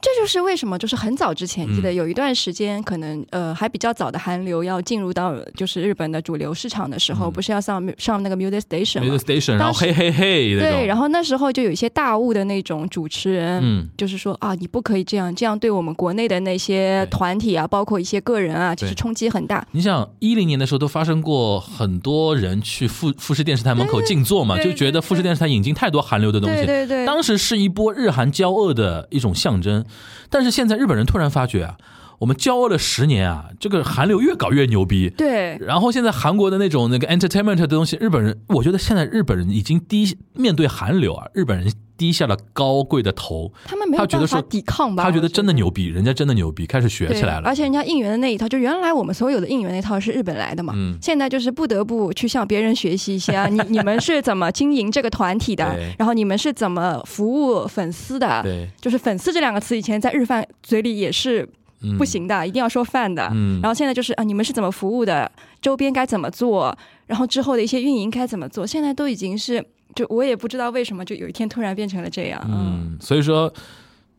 这就是为什么，就是很早之前记
嗯
得有一段时间，可能呃还比较早的韩流要进入到就是日本的主流市场的时候，不是要上上那个 Music Station 吗
嗯 Music？Station，然后
当时
嘿嘿嘿那
对，
种，
然后那时候就有一些大雾的那种主持人，
嗯，
就是说啊，你不可以这样，这样对我们国内的那些
对
团体啊，包括一些个人啊，其实
对
冲击很大。
你想一零年的时候都发生过很多人去富富士电视台门口静坐嘛，
对
就
对
觉得富士电视台引进太多韩流的东
对
西。
对对，
当时是一波日韩交恶的一种象征，但是现在日本人突然发觉啊，我们交恶了十年啊，这个韩流越搞越牛逼，
对
然后现在韩国的那种那个 entertainment 的东西，日本人，我觉得现在日本人已经低面对韩流啊，日本人低下了高贵的头，
他们没
他
有
觉得
办法
说
抵抗吧？
他觉
我
得真的牛逼，人家真的牛逼，开始学
对，
起来了
而。且人家应援的那一套，就原来我们所有的应援那一套是日本来的嘛，
嗯
现在就是不得不去向别人学习一些
(laughs)
啊，你你们是怎么经营这个团体的
对，
然后你们是怎么服务粉丝的，
对，
就是粉丝这两个词以前在日饭嘴里也是。
嗯
不行的，一定要说饭的。
嗯
然后现在就是啊，你们是怎么服务的？周边该怎么做？然后之后的一些运营该怎么做？现在都已经是，就我也不知道为什么，就有一天突然变成了这样。嗯
嗯，所以说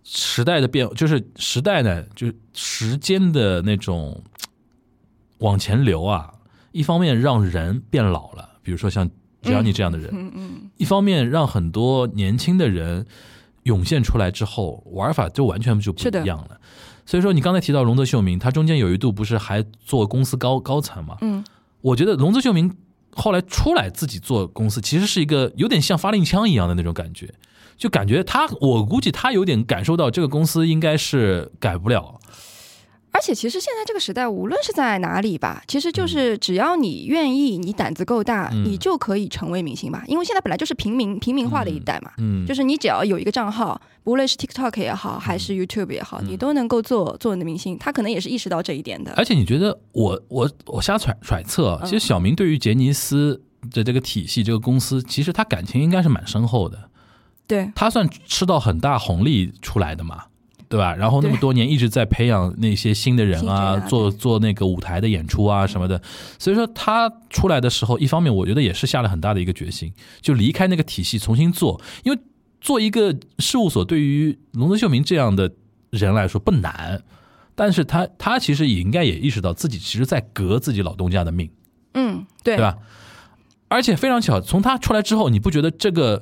时代的变，就是时代呢，就是时间的那种往前流啊，一方面让人变老了，比如说像只要你这样的人，
嗯嗯，
一方面让很多年轻的人涌现出来之后，玩法就完全就不
是的
一样了。所以说，你刚才提到龙泽秀明，他中间有一度不是还做公司高高层嘛？
嗯，
我觉得龙泽秀明后来出来自己做公司，其实是一个有点像发令枪一样的那种感觉，就感觉他，我估计他有点感受到这个公司应该是改不了。
而且其实现在这个时代，无论是在哪里吧，其实就是只要你愿意，你胆子够大，
嗯
你就可以成为明星吧。因为现在本来就是平民平民化的一代嘛，
嗯，
就是你只要有一个账号，无论是 TikTok 也好，还
嗯
是 YouTube 也好，你都能够做做你的明星。他可能也是意识到这一点的。
而且你觉得我我我瞎揣揣测啊，
嗯
其实小明对于杰尼斯的这个体系、这个公司，其实他感情应该是蛮深厚的。
对，
他算吃到很大红利出来的嘛，对吧？然后那么
对
多年一直在培养那些新的人啊，
新人啊
做做那个舞台的演出啊什么的。所以说他出来的时候，一方面我觉得也是下了很大的一个决心，就离开那个体系重新做，因为做一个事务所对于龙泽秀明这样的人来说不难。但是他他其实也应该也意识到自己其实在革自己老东家的命，
嗯，对，
对吧？而且非常巧，从他出来之后，你不觉得这个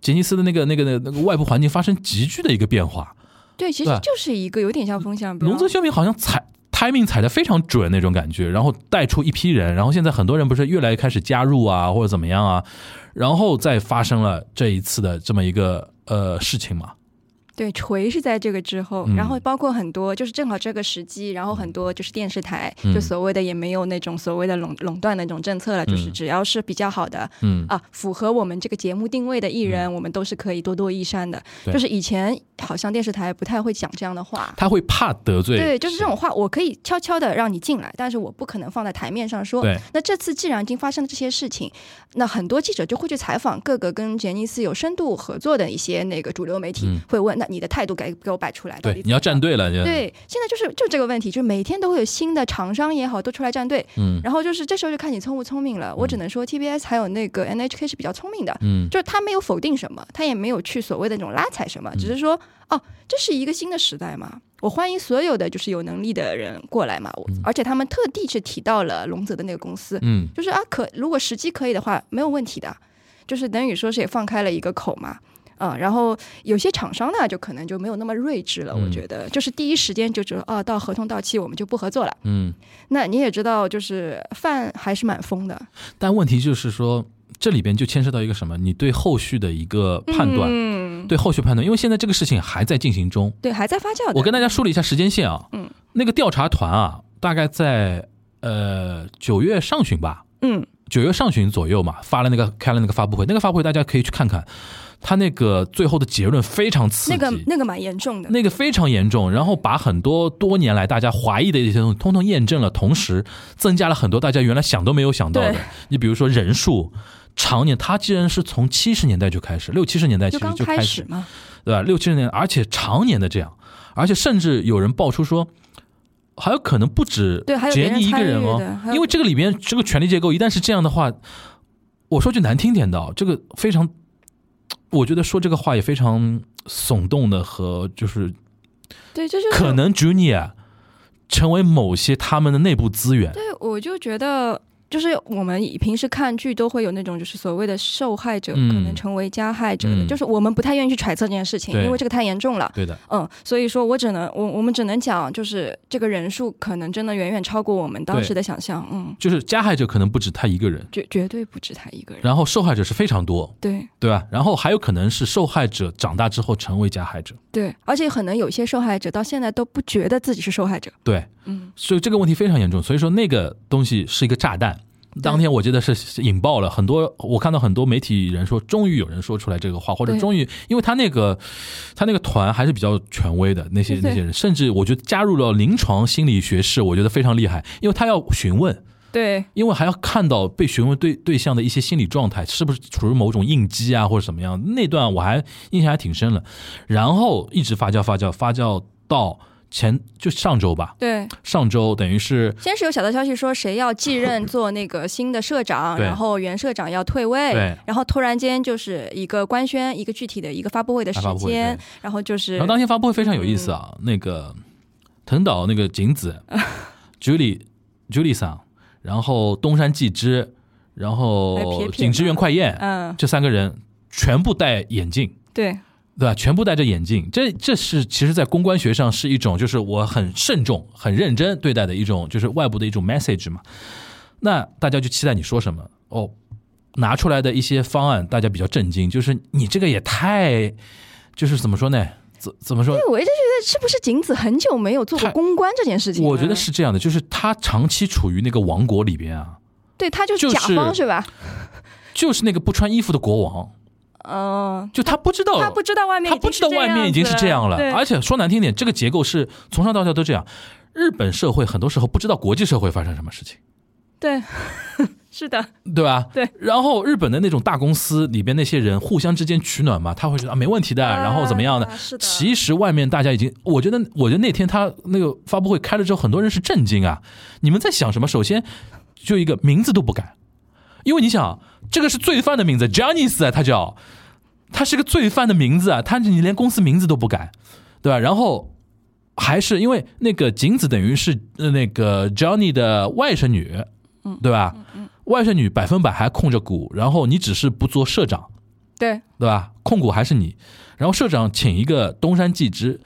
杰尼斯的那个、那个、那个、那个外部环境发生急剧的一个变化？
对，其实
对嗯
就是一个有点像风向标。
龙泽秀明好像踩 timing 踩的非常准那种感觉，然后带出一批人，然后现在很多人不是越来越开始加入啊，或者怎么样啊，然后再发生了这一次的这么一个呃事情嘛，
对锤是在这个之后，
嗯
然后包括很多就是正好这个时机，然后很多就是电视台、
嗯
就所谓的也没有那种所谓的垄垄断的那种政策了，就是只要是比较好的，
嗯
啊，符合我们这个节目定位的艺人，我们都是可以多多益善的。
对
就是以前好像电视台不太会讲这样的话。
他会怕得罪，
对，就是这种话，我可以悄悄的让你进来，但是我不可能放在台面上说
对。
那这次既然已经发生了这些事情，那很多记者就会去采访各个跟杰尼斯有深度合作的一些那个主流媒体，
嗯
会问，那你的态度给给我摆出来，到底
对，你要站
队。
队了，，
对，现在就是就这个问题，就是每天都会有新的厂商也好都出来站队，
嗯
然后就是这时候就看你聪不聪明了。我只能说 TBS 还有那个 NHK 是比较聪明的，
嗯
就是他没有否定什么，他也没有去所谓的那种拉踩什么，
嗯
只是说哦，这是一个新的时代嘛，我欢迎所有的就是有能力的人过来嘛。我而且他们特地是提到了龙泽的那个公司，
嗯
就是啊，可如果时机可以的话，没有问题的，就是等于说是也放开了一个口嘛。啊、然后有些厂商呢，就可能就没有那么睿智了。我
嗯
觉得，就是第一时间就觉得，哦，到合同到期我们就不合作了。
嗯，
那你也知道，就是饭还是蛮疯的，
但问题就是说，这里边就牵涉到一个什么，你对后续的一个判断，
嗯，
对后续判断，因为现在这个事情还在进行中。
对，还在发酵的。
我跟大家梳理一下时间线啊，
嗯，
那个调查团啊，大概在呃九月上旬吧，
嗯，
九月上旬左右嘛，发了那个开了那个发布会，那个发布会大家可以去看看，他那个最后的结论非常刺
那
激，嗯
个那个蛮严重的，
那个非常严重，然后把很多多年来大家怀疑的一些东西通通验证了，同时增加了很多大家原来想都没有想到的
对。
你比如说人数，常年它既然是从七十年代就开始，六七十年代其
就
实
刚
就
开
开
始
始，
嘛，
对吧？六七十年代，而且常年的这样，而且甚至有人爆出说。还有可能不止
对还有
杰
别人
尼一个
参与
人哦
的还，有
因为这个里边这个权力结构一旦是这样的话，我说句难听点的哦，这个非常，我觉得说这个话也非常耸动的和就是
对，这就是
可能 Junior 成为某些他们的内部资源。
对，我就觉得。就是我们以平时看剧都会有那种，就是所谓的受害者
嗯
可能成为加害者的，
嗯
就是我们不太愿意去揣测这件事情，
对
因为这个太严重了。
对的，
嗯，所以说我只能我我们只能讲，就是这个人数可能真的远远超过我们当时的想象。嗯，
就是加害者可能不止他一个人，
绝绝对不止他一个人。
然后受害者是非常多，
对
对吧？然后还有可能是受害者长大之后成为加害者，
对，而且可能有些受害者到现在都不觉得自己是受害者。
对，
嗯，
所以这个问题非常严重。所以说那个东西是一个炸弹。当天我记得是引爆了很多，我看到很多媒体人说，终于有人说出来这个话，或者
对
终于，因为他那个他那个团还是比较权威的，那些
对
那些人，甚至我觉得加入了临床心理学士，我觉得非常厉害，因为他要询问，
对，
因为还要看到被询问对对象的一些心理状态是不是处于某种应激啊或者什么样，那段我还印象还挺深了。然后一直发酵发酵发酵到前就上周吧，
对，
上周等于是
先是有小道消息说谁要继任做那个新的社长，
对
然后原社长要退位
对，
然后突然间就是一个官宣，一个具体的一个发布会的时
发布会
间
对，
然后就是嗯
然后当天发布会非常有意思啊，那个藤岛那个景
(laughs)
子、Julie、Julie 桑，然后东山纪之，然
还有撇
后
撇
景之
嘛
源快彦、
嗯，
这三个人全部戴眼镜。
对，
对吧？全部戴着眼镜，这这是其实，在公关学上是一种，就是我很慎重、很认真对待的一种，就是外部的一种 message 嘛。那大家就期待你说什么哦，拿出来的一些方案，大家比较震惊，就是你这个也太，就是怎么说呢？怎怎么说？
我一直觉得是不是景子很久没有做过
他
公关这件事情了？
我觉得是这样的，啊就是他长期处于那个王国里边啊，
对，他就是
就
甲方
是
是吧？
就是那个不穿衣服的国王，
嗯，
就他不知道，
他不知道外面
哦他
已经
不知道
是这
外面已
样
经
子
是这样了
对，
而且说难听点，这个结构是从上到下都这样。日本社会很多时候不知道国际社会发生什么事情，
对， (laughs) 是的，
对吧？
对。
然后日本的那种大公司里边那些人互相之间取暖嘛，他会觉得啊没问题的，然后怎么样的
啊？是的
其实外面大家已经，我觉得，我觉得那天他那个发布会开了之后，很多人是震惊啊！你们在想什么？首先，就一个名字都不改，因为你想，这个是罪犯的名字 j o h n n y 啊，他叫，他是个罪犯的名字啊，他你连公司名字都不改，对吧？然后还是因为那个景子等于是呃那个 Johnny 的外甥女，
嗯
对吧？外甥女百分百还控着股，然后你只是不做社长，
对，
对吧？控股还是你，然后社长请一个东山纪之，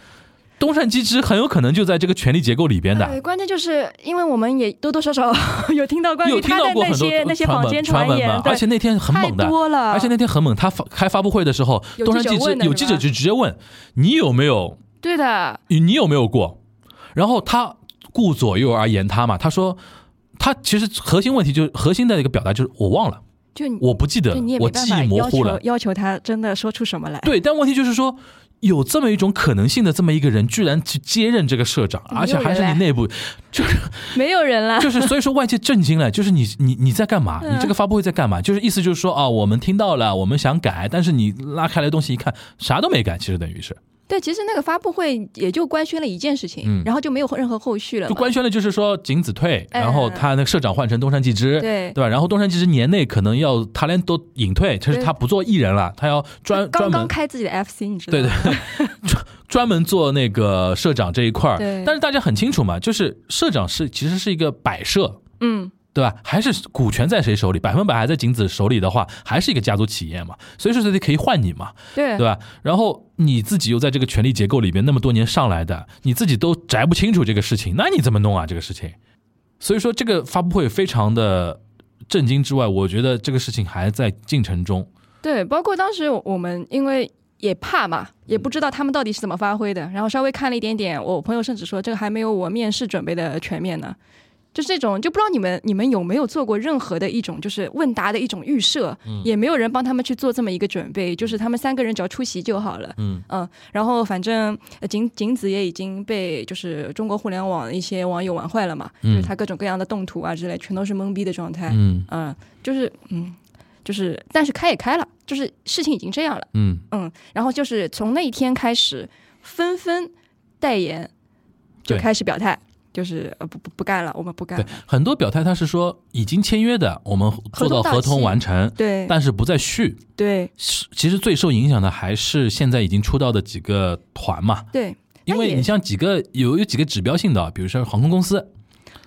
东山纪之很有可能就在这个权力结构里边的。
呃，关键就是因为我们也多多少少 (laughs) 有听到关
有
于
听
他
到
的
过
那
很多呃
些那些
传
坊
闻
间
传闻
言
嘛，，
对
而且那天很猛的，
太多了
而且那天很猛。他发开发布会的时候，
有
东
记
山
者
纪之
问的
有
是
记者
吧
就直接问你有没有
对的，
你你有没有过？然后他顾左右而言他嘛，他说他其实核心问题就是核心的一个表达就是我忘了，
就你
我不记得
就
了
你也，没
我
办
记
法
忆模糊了
要求。要求他真的说出什么来。
(laughs) 对，但问题就是说，有这么一种可能性的这么一个人，居然去接任这个社长，
没有
而且还是
人
你
来 (laughs)
内部，就是
没有人了，
就是，所以说外界震惊了，就是你你你在干嘛？你
嗯
这个发布会在干嘛？就是意思就是说啊，我们听到了，我们想改，但是你拉开来东西一看，啥都没改，其实等于是
对，其实那个发布会也就官宣了一件事情，
嗯
然后就没有任何后续了
就
嘛。
官宣了，就是说景子退，
哎
然后他那个社长换成东山纪之，
对
对吧？然后东山纪之年内可能要他连都隐退，就是
对
他不做艺人了，他要专
刚
专
刚
门
开自己的 FC，你知道
对
吗？
对，专 (laughs) 专门做那个社长这一块儿。
对
但是大家很清楚嘛，就是社长是其实是一个摆设，
嗯，
对吧？还是股权在谁手里，百分百还在景子手里的话，还是一个家族企业嘛，随时随地可以换你嘛，
对
对吧？然后你自己又在这个权力结构里边那么多年上来的，你自己都摘不清楚这个事情，那你怎么弄啊？这个事情，所以说这个发布会非常的震惊之外，我觉得这个事情还在进程中。
对，包括当时我们因为也怕嘛，也
嗯
不知道他们到底是怎么发挥的，然后稍微看了一点点，我朋友甚至说这个还没有我面试准备的全面呢。就是这种，就不知道你们你们有没有做过任何的一种就是问答的一种预设，
嗯
也没有人帮他们去做这么一个准备，就是他们三个人只要出席就好了。
嗯
然后反正呃景景子也已经被就是中国互联网一些网友玩坏了嘛，
嗯
就是他各种各样的动图啊之类，全都是懵逼的状态。
嗯
嗯，就是嗯，就是，但是开也开了，就是事情已经这样了，
嗯，
嗯，然后就是从那一天开始，纷纷代言就
对
开始表态，就是呃不不不干了，我们不干
对
了，，
很多表态他是说已经签约的，我们做到合
合同到
同
期
完成，
对
但是不再续。
对
是其实最受影响的还是现在已经出道的几个团嘛，
对，
因为你像几个有有几个指标性的，比如说航空公司，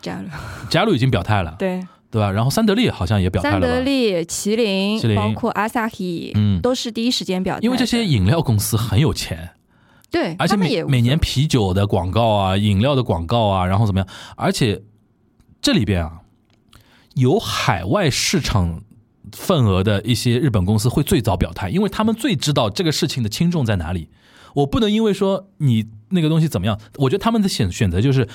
这样了，
贾鲁已经表态了，
对，
对吧？然后三得利好像啊也表态
三
了
得
吧？
利、麒麟，
麒麟
包括阿萨希，
嗯
都是第一时间表态的，
因为这些饮料公司很有钱，
对，
而且
他们
每
也
每年啤酒的广告啊、饮料的广告啊，然后怎么样？而且这里边啊，有海外市场份额的一些日本公司会最早表态，因为他们最知道这个事情的轻重在哪里。我不能因为说你那个东西怎么样，我觉得他们的选选择就是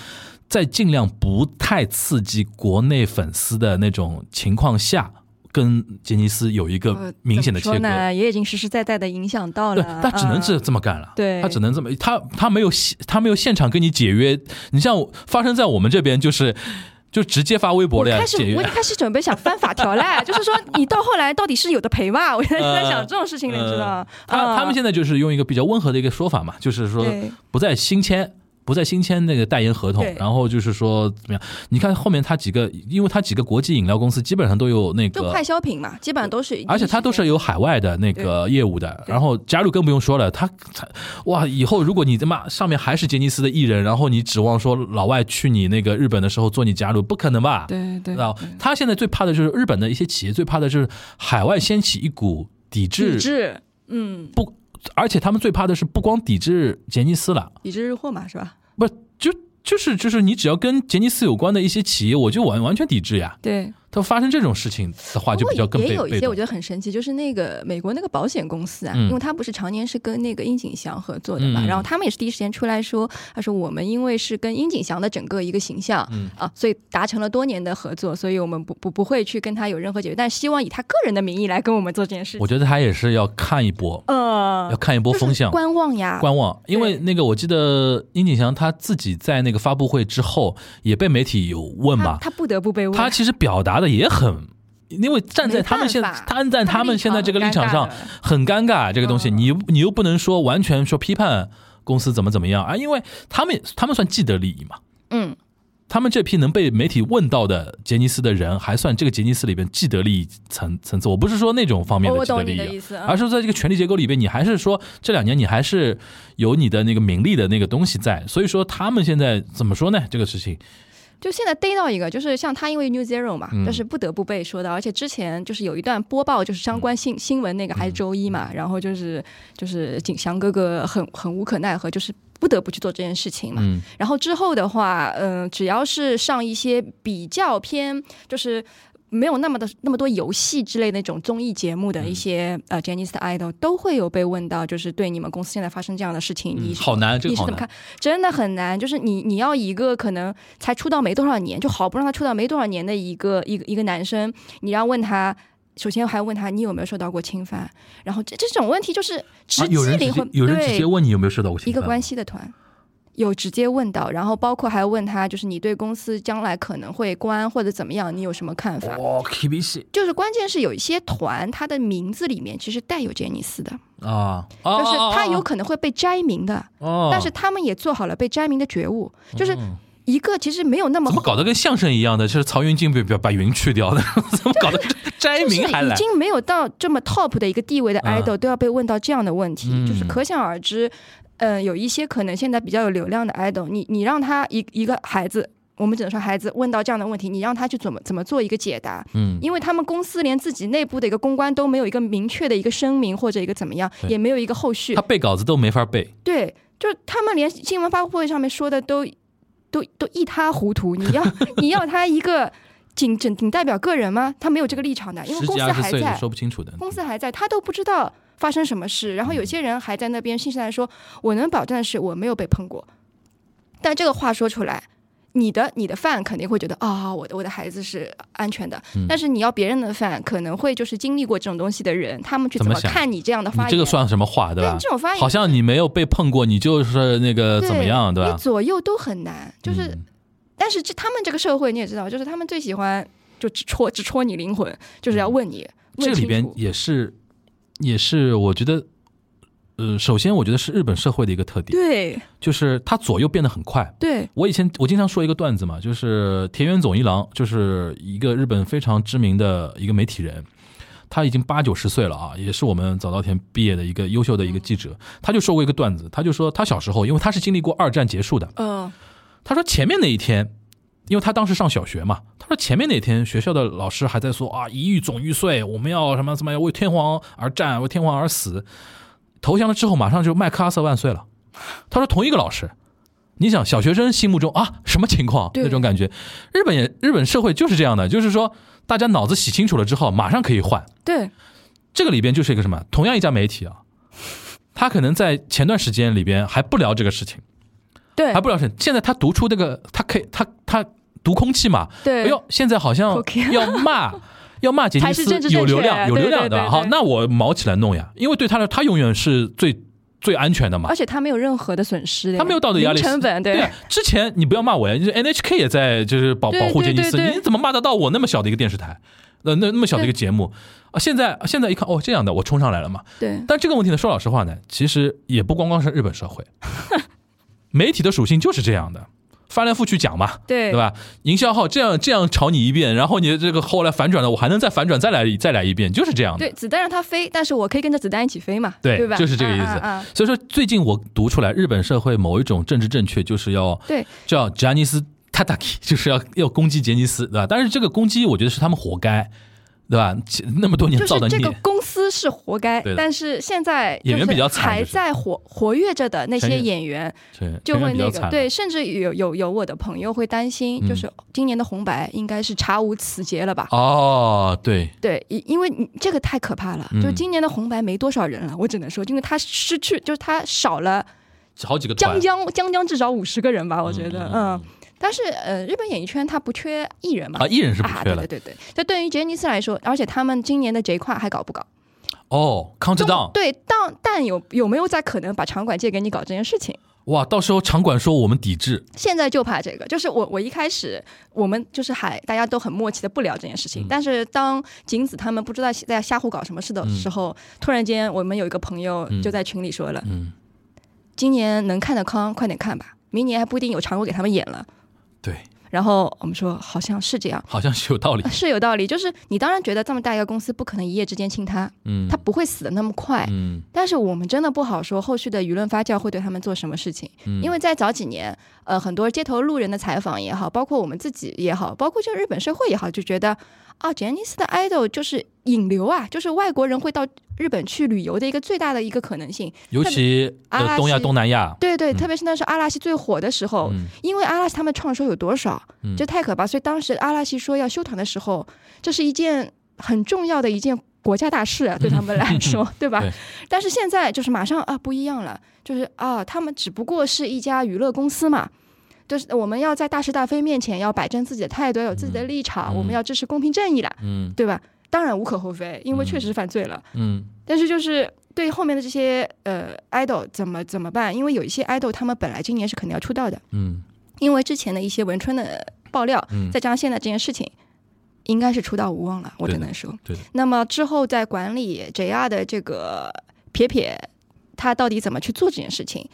在尽量不太刺激国内粉丝的那种情况下，跟杰尼斯有一
呃
个明显的
怎
切
么
割。
说呢，也已经实实在在的影响到
对
了，，
他只能
嗯
是这么干了。
对
他只能这么，他他没有现他没有现场跟你解约。你像我发生在我们这边，就是就直接发微博
我
了呀，
开始
解
我一
约。
开始准备想翻
(laughs)
法条嘞，就是说你到后来到底是有的赔吧？我现在就在想这种事情，你知道
嗯
吗？
他
啊
他们现在就是用一个比较温和的一个说法嘛，就是说
对
不再新签，不再新签那个代言合同
对，
然后就是说怎么样？你看后面他几个，因为他几个国际饮料公司基本上都有那
就
个
快消品嘛，基本上都是，
而且它都是有海外的那个业务的，然后加入更不用说了，他他哇，以后如果你他妈上面还是杰尼斯的艺人，然后你指望说老外去你那个日本的时候做你加入，不可能吧？
对对，
啊，
嗯
他现在最怕的就是日本的一些企业最怕的就是海外掀起一股抵制，
抵制，嗯，
不，而且他们最怕的是不光抵制杰尼斯了，
抵制日货嘛，是吧？
不是就就是就是你只要跟杰尼斯有关的一些企业，我就完完全抵制呀。
对，
它发生这种事情的话，就比较
不过
更
也
被
有一
被
些
动
我觉得很神奇，就是那个美国那个保险公司啊，
嗯
因为它不是常年是跟那个樱井祥合作的嘛，
嗯嗯嗯
然后他们也是第一时间出来说，他说我们因为是跟樱井祥的整个一个形象、
嗯
啊，所以达成了多年的合作，所以我们不不不会去跟他有任何解决，但希望以他个人的名义来跟我们做这件事情
我。觉得他也是要看一波，
呃
要，看一波风向，
观望呀，
观望。因为那个我记得殷景祥他自己在那个发布会之后也被媒体有问
他
嘛，
他不得不被问，
他其实表达的也很。因为站在他们现，
没办法
站在他们现在这个立场上
他们立场
很尴尬，这个东西
嗯
你你又不能说完全说批判公司怎么怎么样啊，因为他们他们算既得利益嘛，
嗯，
他们这批能被媒体问到的杰尼斯的人，还算这个杰尼斯里边既得利益层层次。我不是说那种方面
我
的
哦我
既得
懂你
利益啊，
的意思，
而
嗯
是在这个权力结构里边，你还是说这两年你还是有你的那个名利的那个东西在，所以说他们现在怎么说呢？这个事情，
就现在逮到一个，就是像他因为 New Zero 嘛，
嗯
就是不得不被说到，而且之前就是有一段播报，就是相关新新闻那个还是周一
嗯
嘛，然后就是就是景祥哥哥很很无可奈何，就是不得不去做这件事情嘛。
嗯
然后之后的话，嗯、只要是上一些比较偏就是。没有那么的那么多游戏之类的那种综艺节目的一些、呃 j a n i c e 的 idol 都会有被问到，就是对你们公司现在发生这样的事情，你
嗯，
是
好难，这
你
个
是
好
怎么
难
看。？真的很难，就是你你要一个可能才出道没多少年，就好不容易他出道没多少年的一个一个一个男生，你要问他。首先还问他你有没有受到过侵犯，然后这这种问题就是直
啊，有
击
人直
灵
接
魂，
有人直接
对
问你有没有受到过侵
一个
犯？
关系的团，有直接问到，然后包括还问他就是你对公司将来可能会关或者怎么样，你有什么看法？
哦，K B C
就是关键是有一些团，它的名字里面其实带有杰尼斯的，
啊，
就
就是
他有，可能会被摘名的。
哦嗯
但是他们也做好了被摘名的觉悟，就是一个其实没有那么
怎么搞得跟相声一样的？就是曹云金把把把云去掉的， (laughs) 怎么搞得摘
(laughs) 就是
名还
已
来？
经没有到这么 top 的一个地位的
嗯
idol 都要被问到这样的问题，
嗯
就是可想而知，呃，有一些可能现在比较有流量的 idol，你你让他一一个孩子。我们只能说，孩子问到这样的问题，你让他去怎么怎么做一个解答？
嗯
因为他们公司连自己内部的一个公关都没有一个明确的一个声明或者一个怎么样，
对
也没有一个后续
他。背稿子都没法背，
对，就是他们连新闻发布会上面说的都都都一塌糊涂。你
(laughs)
要你要他一个仅仅仅代表个人吗？他没有这个立场啊的，因为
十
公
几
司
二十
还
岁是
在
说，不清楚的。
公司还在，他都不知道发生什么事。然后
嗯
有些人还在那边信誓旦旦说，我能保证的是我没有被喷过。但这个话说出来。你的你的饭肯定会觉得啊、我的我的孩子是安全的，
嗯
但是你要别人的饭，可能会就是经历过这种东西的人，他们去
怎
怎
么
么
想
看你这样的
你
发言？
这个算什么话，对
对
吧？
这种发言
好像你没有被碰过，你就是那个
对
呃怎么样，对吧
你？左右都很难，就是，
嗯
但是这他们这个社会你也知道，就是他们最喜欢就只戳只戳你灵魂，就是要问你，
嗯这
问
里
清
边
楚
也是，也是我觉得，呃，首先我觉得是日本社会的一个特点，
对
就是它左右变得很快。
对，
我以前我经常说一个段子嘛，就是田园总一郎，就是一个日本非常知名的一个媒体人，他已经八九十岁了啊，也是我们早稻田毕业的一个优秀的一个记者，他就说过一个段子，他就说他小时候，因为他是经历过二战结束的，
嗯
他说前面那一天，因为他当时上小学嘛，他说前面那天学校的老师还在说啊，一遇总玉碎，我们要什么什么，要为天皇而战，为天皇而死。投降了之后，马上就麦克阿瑟万岁了。他说同一个老师，你想小学生心目中啊什么情况
对
那种感觉？日本也日本社会就是这样的，就是说大家脑子洗清楚了之后，马上可以换。
对，
这个里边就是一个什么？同样一家媒体啊，他可能在前段时间里边还不聊这个事情。
对
还不了解。现在他读出这个，他可以，他他读空气嘛？
对
哎呦，现在好像 (laughs)
OK
要骂。要骂杰尼
还是政
斯
治
有流
正
量，
确
有流量
对对对
的啊好，
对
那我毛起来弄呀，因为对他来，他永远是最最安全的嘛
而，且他没有任何的损失的呀，
他没有道德压力
零成本，
对啊。之前你不要骂我呀，就是 NHK 也在就是保
对
保护杰尼斯，
对对对
你怎么骂得到我那么小的一个电视台，呃，那那么小的一个节目啊？现在现在一看，哦，这样的，我冲上来了嘛。
对
但这个问题呢，说老实话呢，其实也不光光是日本社会， (laughs) 媒体的属性就是这样的，翻来覆去讲嘛，
对
对吧？营销号这样这样炒你一遍，然后你这个后来反转了，我还能再反转再来再来一遍，就是这样的。
对，子弹让它飞，但是我可以跟着子弹一起飞嘛，
对
吧？
就是这个意思。
啊啊啊
所以说，最近我读出来，日本社会某一种政治正确就是要
对
叫杰尼斯 Tataki，就是 (laughs) 要要攻击杰尼斯，对吧？但是这个攻击，我觉得是他们活该，对吧？其那么多年
就
造的
是
孽，
这个公司是活该
对的，
但是现在
演员
就是
比较惨
还
就是
在活活跃着的那
全
些
是
演员
对
就
人员
会
比
那
较
个
惨嗯
对，甚至有有有我的朋友会担心，就是今年的红白应该是查无此节了吧？
哦，对，
对，因因为你这个太可怕
嗯
了，就今年的红白没多少人了，我只能说，因为他失去，就是他少了
好几个团
将将将将至少五十个人吧，我觉得，嗯。但是呃，日本演艺圈它不缺艺人嘛
啊，，艺人是不
啊，
缺
对
了
对。对对。这对于杰尼斯来说，而且他们今年的这一块还搞不搞？
哦，Count
中
Down，
对，但但有有没有在可能把场馆借给你搞这件事情？
哇，到时候场馆说我们抵制，
现在就怕这个，就是我我一开始我们就是还大家都很默契的不聊这件
嗯
事情，但是当景子他们不知道在瞎胡搞什么事的时候，突然间我们有一个朋友就在群里说了，
嗯，
今年能看的康快点看吧，明年还不一定有场馆给他们演了。
对，
然后我们说好像是这样。
好像是有道理
啊，是有道理，就是你当然觉得这么大一个公司不可能一夜之间清它，
嗯
它不会死的那么快，
嗯
但是我们真的不好说后续的舆论发酵会对他们做什么事情，
嗯
因为在早几年，呃，很多街头路人的采访也好，包括我们自己也好，包括这日本社会也好，就觉得啊，杰尼斯的 idol 就是引流啊，就是外国人会到日本去旅游的一个最大的一个可能性。
尤其
阿拉哦
呃东亚
西
东南亚，
对对，特别是那时候阿拉西最火的时候，
嗯
因为阿拉西他们创收有多少，这太可怕。所以当时阿拉西说要休团的时候，这是一件很重要的一件国家大事啊，对他们来说，对吧？
对
但是现在就是马上啊不一样了，就是啊，他们只不过是一家娱乐公司嘛。就是我们要在大是大非面前要摆正自己的态度，要有自己的立场，我们要支持公平正义啦，
嗯
对吧？当然无可厚非，因为确实犯罪了。
嗯
但是就是对后面的这些呃 idol 怎么怎么办？因为有一些 idol 他们本来今年是肯定要出道的，
嗯
因为之前的一些文春的爆料，再加上现在这件事情，应该是出道无望了，我
对
只
的
能说。
对的
那么之后在管理 JR 的这个撇撇，他到底怎么去做这件事情？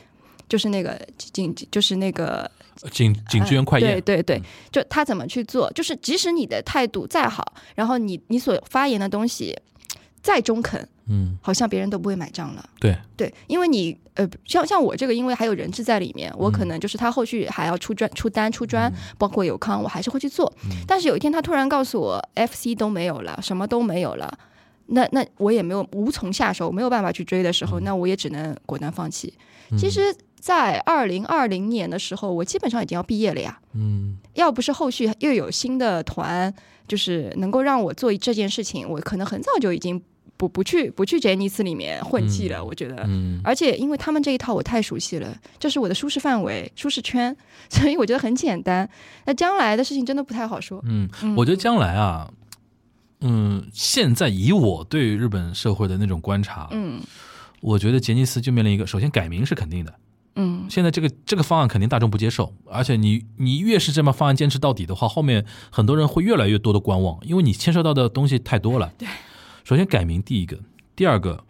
就是那个警，就是那个
景景之源快
呃对
宴，
对对，就他怎么去做，就是即使你的态度再好，然后你你所发言的东西再中肯，
嗯，
好像别人都不会买账了。
对，
对，因为你呃，像像我这个，因为还有人质在里面，我可能就是他后续还要出专、出单、出专，包括有康，我还是会去做。但是有一天他突然告诉我，FC 都没有了，什么都没有了，那那我也没有无从下手，没有办法去追的时候，那我也只能果断放弃。
嗯
其实，在二零二零年的时候，我基本上已经要毕业了呀。
嗯
要不是后续又有新的团，就是能够让我做这件事情，我可能很早就已经不不去不去杰尼斯里面混迹了。我觉得，
嗯
而且因为他们这一套我太熟悉了，这是我的舒适范围、舒适圈， (laughs) 所以我觉得很简单。那将来的事情真的不太好说。
嗯，我觉得将来啊，嗯，现在以我对日本社会的那种观察，
嗯
我觉得杰尼斯就面临一个，首先改名是肯定的，
嗯，
现在这个这个方案肯定大众不接受，而且你你越是这么方案坚持到底的话，后面很多人会越来越多的观望，因为你牵涉到的东西太多了。对，首先改名第一个，第二个，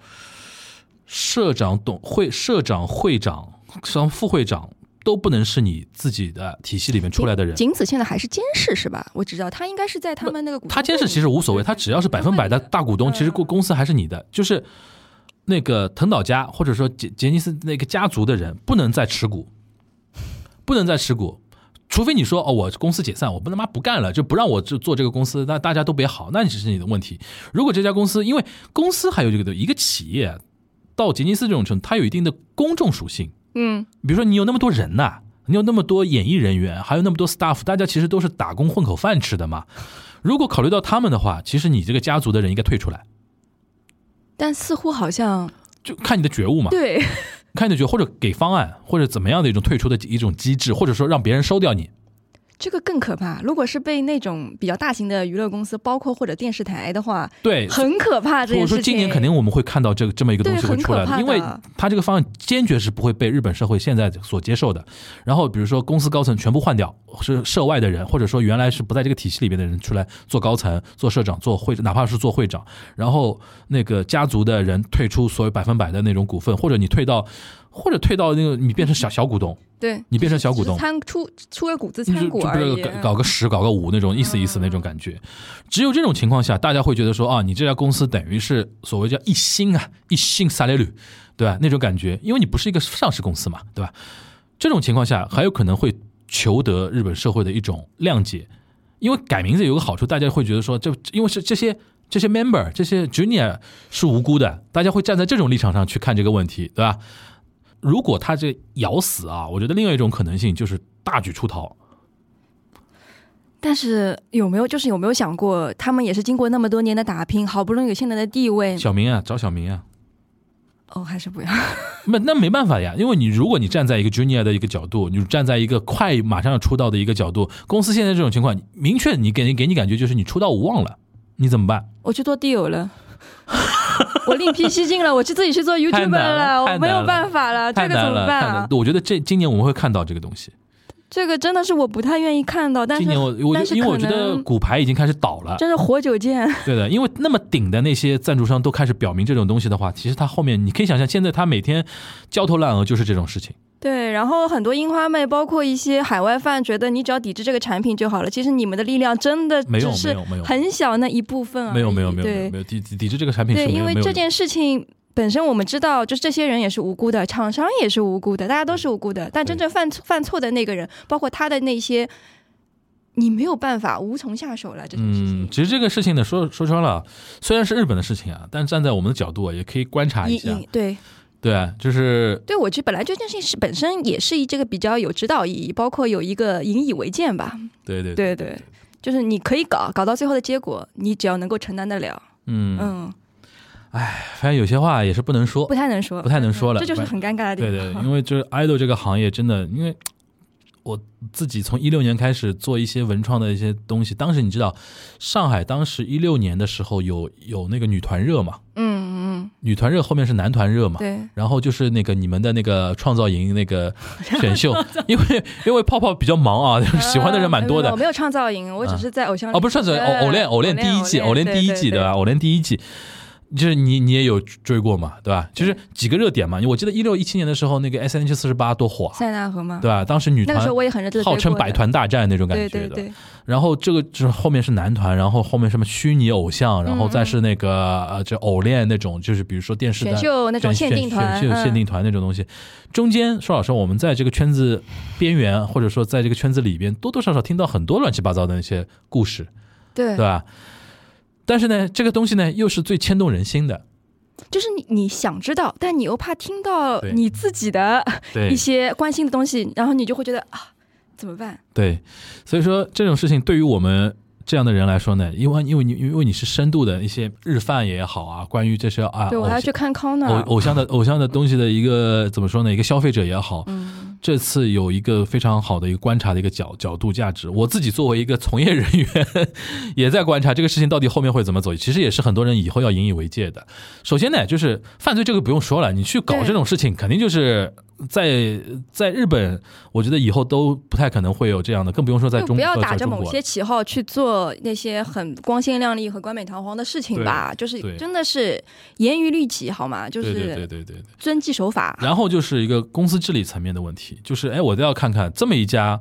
社长、董会、社长、会长、像副会长都不能是你自己的体系里面出来的人。
仅此现在还是监视是吧？我知道他应该是在他们那个股东
他监视其实无所谓，他只要是百分百的大股东，其实
嗯
公公司还是你的，就是那个藤岛家或者说杰杰尼斯那个家族的人不能再持股，不能再持股。除非你说哦，我公司解散，我不他妈不干了，就不让我就做这个公司，那大家都别好，那只是你的问题。如果这家公司，因为公司还有这个一个企业到杰尼斯这种程度，它有一定的公众属性，
嗯
比如说你有那么多人呐、你有那么多演艺人员，还有那么多 staff，大家其实都是打工混口饭吃的嘛。如果考虑到他们的话，其实你这个家族的人应该退出来，
但似乎好
啊
像
就看你的觉悟嘛，
对 (laughs)
看你的觉悟，或者给方案，或者怎么样的一种退出的一种机制，或者说让别人收掉你。
这个更可怕。如果是被那种比较大型的娱乐公司，包括或者电视台的话，
对，
很可怕。这
我
件事
说
情，
今年肯定我们会看到这个这么一个东西
对
会
很
出来
可怕的
因为他这个方案坚决是不会被日本社会现在所接受的。然后比如说公司高层全部换掉，是涉外的人，或者说原来是不在这个体系里边的人出来做高层、做社长、做会，哪怕是做会长，然后那个家族的人退出所有百分百的那种股份，或者你退到，或者退到那个你变成小小股东，
对
你变成小股东
只是参出出个股资
就
参股
就
而
不
已啊嗯
是。搞搞个十搞个五那种意思意思那种感觉，只有这种情况下，大家会觉得说啊，你这家公司等于是所谓叫一星啊，一星萨雷率，对吧？那种感觉，因为你不是一个上市公司嘛，对吧？这种情况下，还有可能会求得日本社会的一种谅解，因为改名字有个好处，大家会觉得说，这因为是这些这些 member 这些 junior 是无辜的，大家会站在这种立场上去看这个问题，对吧？如果他这咬死啊，我觉得另外一种可能性就是大举出逃，
但是有没有就是有没有想过，他们也是经过那么多年的打拼，好不容易有现在的地位，
小明啊，找小明啊，
哦，还是不要。
那那没办法呀，因为你如果你站在一个 junior 的一个角度，你站在一个快马上要出道的一个角度，公司现在这种情况，明确你给给你感觉就是你出道无望了，你怎么办？
我去做 deal 了，我另辟蹊径了，我去自己去做 YouTuber
了
我
太
没
难
有
了
办法了，
太
这个
难
怎么
了，
办
太
啊
难！？我觉得这今年我们会看到这个东西。
这个真的是我不太愿意看到，但是
今年我我
但
觉
是
因为我
可
觉得
能
骨牌已经开始倒了，
真是活久见， (laughs)
对的，因为那么顶的那些赞助商都开始表明这种东西的话，其实他后面你可以想象，现在他每天焦头烂额就是这种事情。
对，然后很多樱花妹，包括一些海外饭，觉得你只要抵制这个产品就好了。其实你们的力量真的
没有
只
没
是
有没有
很小那一部分而已。
没有没有没有没有
对
没有抵抵抵制这个产品是
对，
没有
因
没
为
有
这
用的
件事情本身我们知道，就是这些人也是无辜的，厂商也是无辜的，大家都是无辜的。但真正犯错犯错的那个人，包括他的那些，你没有办法无从下手了。这件事情
嗯，，其实这个事情呢，说说穿了，啊虽然是日本的事情啊，但站在我们的角度啊，也可以观察一
你
下
你。对
对啊，就是
对，我觉得本来这件事情是本身也是一这个比较有指导意义，包括有一个引以为戒吧。
对对，
对对，就是你可以搞，搞到最后的结果，你只要能够承担得了，
嗯，
嗯，
反正有些话也是不能说
不，太能说，
不太能说了
这就是
反
很尴尬的地
对
方。
对，因为就是 idol 这个行业真的，因为我自己从一六年开始做一些文创的一些东西，当时你知道，上海当时一六年的时候有有那个女团热嘛，
嗯嗯，
女团热后面是男团热嘛。
对，
然后就是那个你们的那个创造营那
(laughs)
个选秀，因为因为泡泡比较忙啊，
(laughs)
(laughs) 喜欢的人蛮多
呃没
的
有没有我。没有创造营，我只是在偶像
哦，不是创造营，
对
偶偶练偶练第一季，偶练第一季
对
对吧？？偶练第一季，就是你你也有追过嘛，对吧？就是几个热点嘛。我记得一六一七年的时候，那个 S N H 四十八多火啊，
塞纳河吗？
对吧？当时女
那个
团
时候我也很认真，
号称百，团大战那种感
对
觉
对
的，
对，
然后这个就是后面是男团，然后后面什么虚拟偶像，然后再是那个呃，就偶练那种，就是比如说电视的
选秀那种
选
限定团
选秀
嗯
限定团那种东西。中间说老实话，我们在这个圈子边缘，或者说在这个圈子里边，多多少少听到很多乱七八糟的那些故事，
对
对吧？但是呢，这个东西呢，又是最牵动人心的，
就是你你想知道，但你又怕听到
对
你自己的
对
一些关心的东西，然后你就会觉得啊，怎么办？
对，所以说这种事情对于我们这样的人来说呢，因为因为你因为你是深度的一些日饭也好啊，关于这些啊，
对我还要
偶
去看啊康纳
偶，偶像的偶像的东西的一个怎么说呢？一个消费者也好，
嗯
这次有一个非常好的一个观察的一个角角度价值。我自己作为一个从业人员， (laughs) 也在观察这个事情到底后面会怎么走。其实也是很多人以后要引以为戒的。首先呢，就是犯罪这个不用说了，你去搞
对
这种事情，肯定就是在在日本，我觉得以后都不太可能会有这样的，更不用说在
就
中
不要
呃
打
在
着
中
某
国
些旗号去做那些很光鲜亮丽和冠冕堂皇的事情吧，就是
对
真的是严于律己，好吗？就
对对对
是
对对对。
遵纪守法。
然后就是一个公司治理层面的问题，就是哎，我都要看看这么一家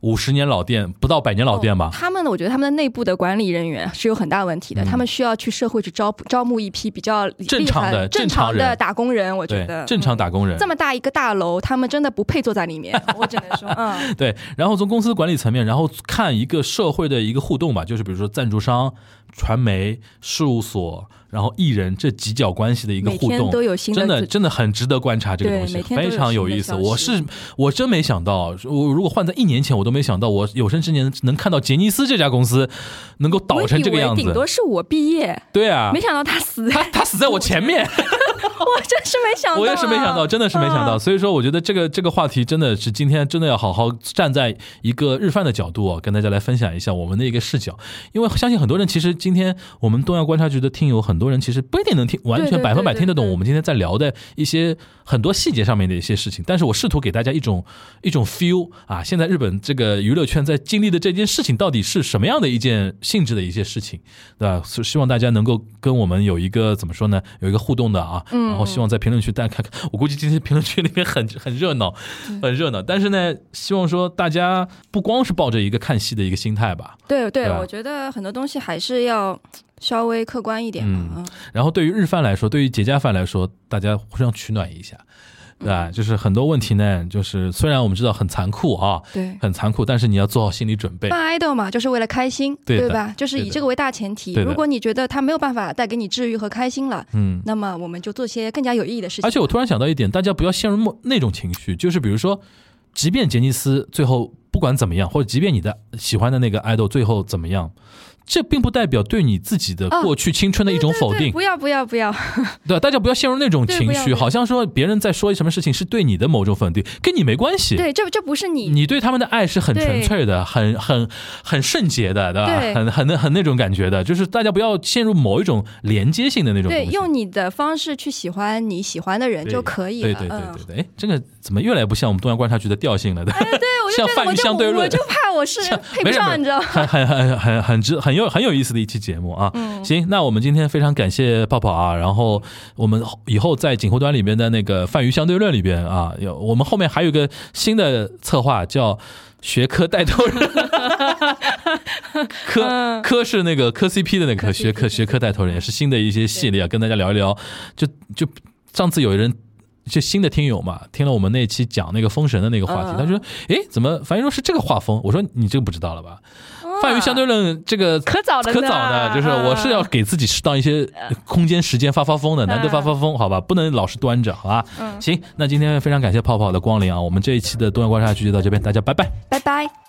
五十年老店，不到百年老店吧，
哦
嗯
他们，我觉得他们的内部的管理人员是有很大问题的，他们需要去社会去招招募一批比较厉
正常的
厉害正
正常
常的
人
打工人，我觉
对
得，
正常
嗯
打工人
这。么大一个大楼，他们真的不配坐在
(laughs)
里面，我只能说，嗯，
对，然后从公司管理层面，然后看一个社会的一个互动吧，就是比如说赞助商、传媒、事务所，然后艺人这几角关系的一个
每
互
天
动，
都有新
真
的
的
自
真的很值得观察这个
对
东西，
每天都
非
有
常
新
有
的
意思。
消
我
息
是我真没想到，我如果换在一年前，我都没想到我有生之年能看到杰尼斯这家公司能够倒
我
成
以
这个
为
样
顶多
子。
是我毕业，
对啊
没，想到
(laughs)
他死，
他他死在我前面。
我真是没想到，啊嗯
我也是没想到，真的是没想到。所以说，我觉得这个这个话题真的是今天真的要好好站在一个日饭的角度啊，跟大家来分享一下我们的一个视角。因为相信很多人其实今天我们东亚观察局的听友，很多人其实不一定能听完
对
全
对
百分百
对
听得懂
对
我们今天在聊的一些很多细节上面的一些事情。但是我试图给大家一种一种 feel 啊，现在日本这个娱乐圈在经历的这件事情到底是什么样的一件性质的一些事情。对吧？所以希望大家能够跟我们有一个怎么说呢，有一个互动的啊，嗯、然后希望在评论区大家看看，我估计今天评论区里面很 (laughs) 很热闹，很热闹。但是呢，希望说大家不光是抱着一个看戏的一个心态吧，
对对，
对吧
我觉得很多东西还是要稍微客观一点嘛。嗯
然后对于日饭来说，对于节假饭来说，大家互相取暖一下，对吧？就是很多问题呢，就是虽然我们知道很残酷啊，
对，
很残酷，但是你要做好心理准备。
办 idol 嘛，就是为了开心，
对的
吧？就是
对
以
的
这个为大前提。
对的
如果你觉得他没有办法带给你治愈和开心了，
嗯，
那么我们就做些更加有意义的事情。
而且我突然想到一点，大家不要陷入莫那种情绪，就是比如说，即便杰尼斯最后不管怎么样，或者即便你的喜欢的那个爱豆最后怎么样。这并不代表对你自己的
啊
过去青春的一种否
对，
定，
不要不要不要，
对吧大家不要陷入那种
对
情
不要
绪，
不要
好像说别人在说什么事情是对你的某种否定，跟你没关系。
对，这这不是你，
你对他们的爱是很
对
纯粹的，很很很圣洁的，对吧？
对
很很很那种感觉的，就是大家不要陷入某一种连接性的那种
对，
东西。
用你的方式去喜欢你喜欢的人
对
就可以
对
了。
对对对
嗯，哎
对，哎，这个怎么越来越不像我们东亚观察局的调性了？对，
对我
像
就觉
泛于
得我就
相对论
我就怕我是配不
没事没
上，
事
你知道吗？
很很很很 (laughs) 很值很有很有意思的一期节目啊。
嗯
行，那我们今天非常感谢泡泡啊，然后我们以后在锦湖端里面的那个泛娱相对论里边啊，有我们后面还有一个新的策划叫。学科带头
(laughs)
人， (laughs)
嗯
科科是那个科 CP 的那个学科学科带头人，也是新的一些系列啊，跟大家聊一聊。就就上次有人就新的听友嘛，听了我们那期讲那个封神的那个话题，
嗯
他说：“诶，怎么樊一舟是这个画风？”我说：“你这个不知道了吧？泛娱相对论这个
可早了呢嗯
可早的，就是我是要给自己适当一些空间、时间发发
嗯
疯的，难得发发疯，好吧，不能老是端着，好吧？行，那今天非常感谢泡泡的光临啊，我们这一期的东亚观察局就到这边，大家拜拜。”
拜拜。